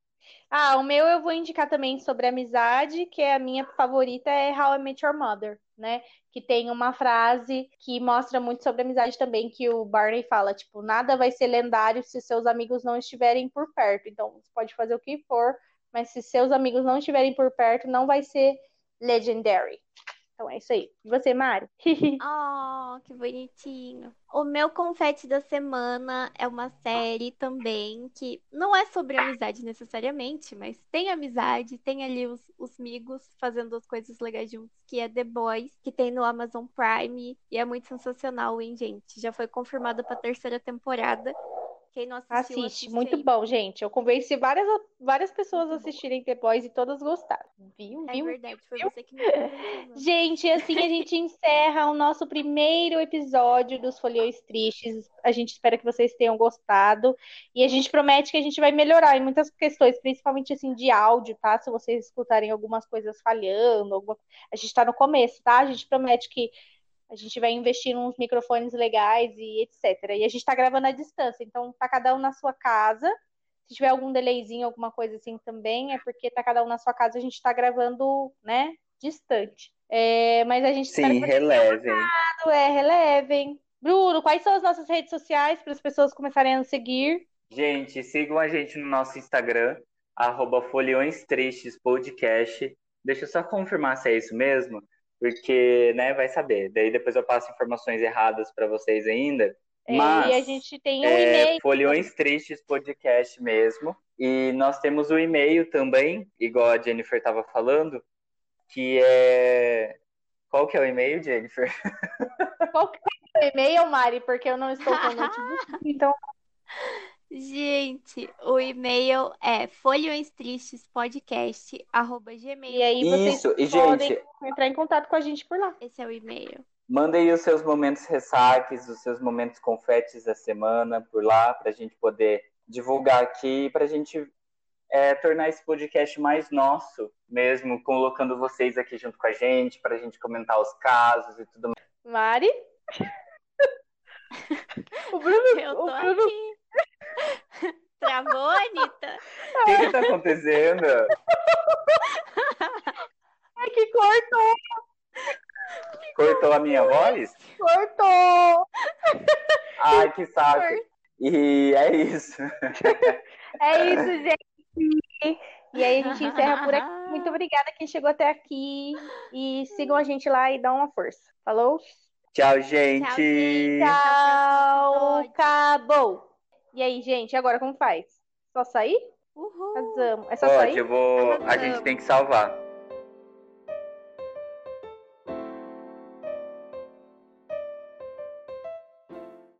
C: Ah, o meu eu vou indicar também sobre amizade, que é a minha favorita é How I Met Your Mother, né? Que tem uma frase que mostra muito sobre amizade também, que o Barney fala, tipo, nada vai ser lendário se seus amigos não estiverem por perto. Então, você pode fazer o que for, mas se seus amigos não estiverem por perto, não vai ser legendary. Então é isso aí. E você, Mari?
B: Oh, que bonitinho. O meu confete da semana é uma série também que não é sobre amizade necessariamente, mas tem amizade, tem ali os, os migos fazendo as coisas legais juntos, que é The Boys, que tem no Amazon Prime, e é muito sensacional, hein, gente? Já foi confirmada pra terceira temporada. Quem não assistiu,
C: Assiste,
B: assiste
C: muito
B: aí.
C: bom, gente. Eu convenci várias, várias pessoas a
B: Muito bom.
C: assistirem The Boys e todas gostaram. Viu,
B: É
C: viu,
B: verdade, foi você que me né? convenceu.
C: Gente, assim a gente encerra o nosso primeiro episódio dos Foliões Tristes. A gente espera que vocês tenham gostado. E a gente promete que a gente vai melhorar em muitas questões, principalmente assim de áudio, tá? Se vocês escutarem algumas coisas falhando, alguma- a gente tá no começo, tá? A gente promete que a gente vai investir em uns microfones legais e etc. E a gente tá gravando à distância, então tá cada um na sua casa. Se tiver algum delayzinho, alguma coisa assim também, é porque tá cada um na sua casa, a gente tá gravando, né, distante. É, mas a gente espera
A: Sim,
C: que vocês
A: relevem.
C: tenham gostado, é, relevem. Bruno, quais são as nossas redes sociais para as pessoas começarem a nos seguir?
A: Gente, sigam a gente no nosso Instagram, arroba Foliões Tristes Podcast. Deixa eu só confirmar se é isso mesmo, porque, né, vai saber. Daí depois eu passo informações erradas para vocês ainda.
C: É,
A: Mas
C: e a gente tem um
A: é
C: e-mail.
A: Foliões Tristes Podcast mesmo. E nós temos o e-mail também, igual a Jennifer estava falando, que é. Qual que é o e-mail, Jennifer?
C: Qual que é o seu e-mail, Mari? Porque eu não estou com o notebook, então
B: Gente, o e-mail é folhoentristespodcast.gmail.
C: e aí vocês
A: Isso, e
C: podem
A: gente,
C: entrar em contato com a gente por lá.
B: Esse é o e-mail.
A: mandem os seus momentos ressaques, os seus momentos confetes da semana por lá, pra gente poder divulgar aqui, pra gente é, tornar esse podcast mais nosso mesmo, colocando vocês aqui junto com a gente, pra gente comentar os casos e tudo mais.
C: Mari? O Bruno,
B: Eu
C: o
B: tô
C: Bruno
B: aqui. Travou, Anitta?
A: O que que tá acontecendo?
C: Ai, que cortou,
A: Cortou a minha voz?
C: cortou.
A: Ai, que saco. E é isso.
C: É isso, gente. E aí a gente encerra por aqui. Muito obrigada quem chegou até aqui. E sigam a gente lá e dão uma força. Falou?
A: Tchau, gente.
B: Tchau, gente. Até o
C: Tchau,
B: próximo episódio.
C: acabou. E aí, gente, agora como faz? Só sair?
B: Uhul.
C: Arrasamos. É só sair?
A: Pode, eu vou. A
B: Arrasamos.
A: gente tem que salvar.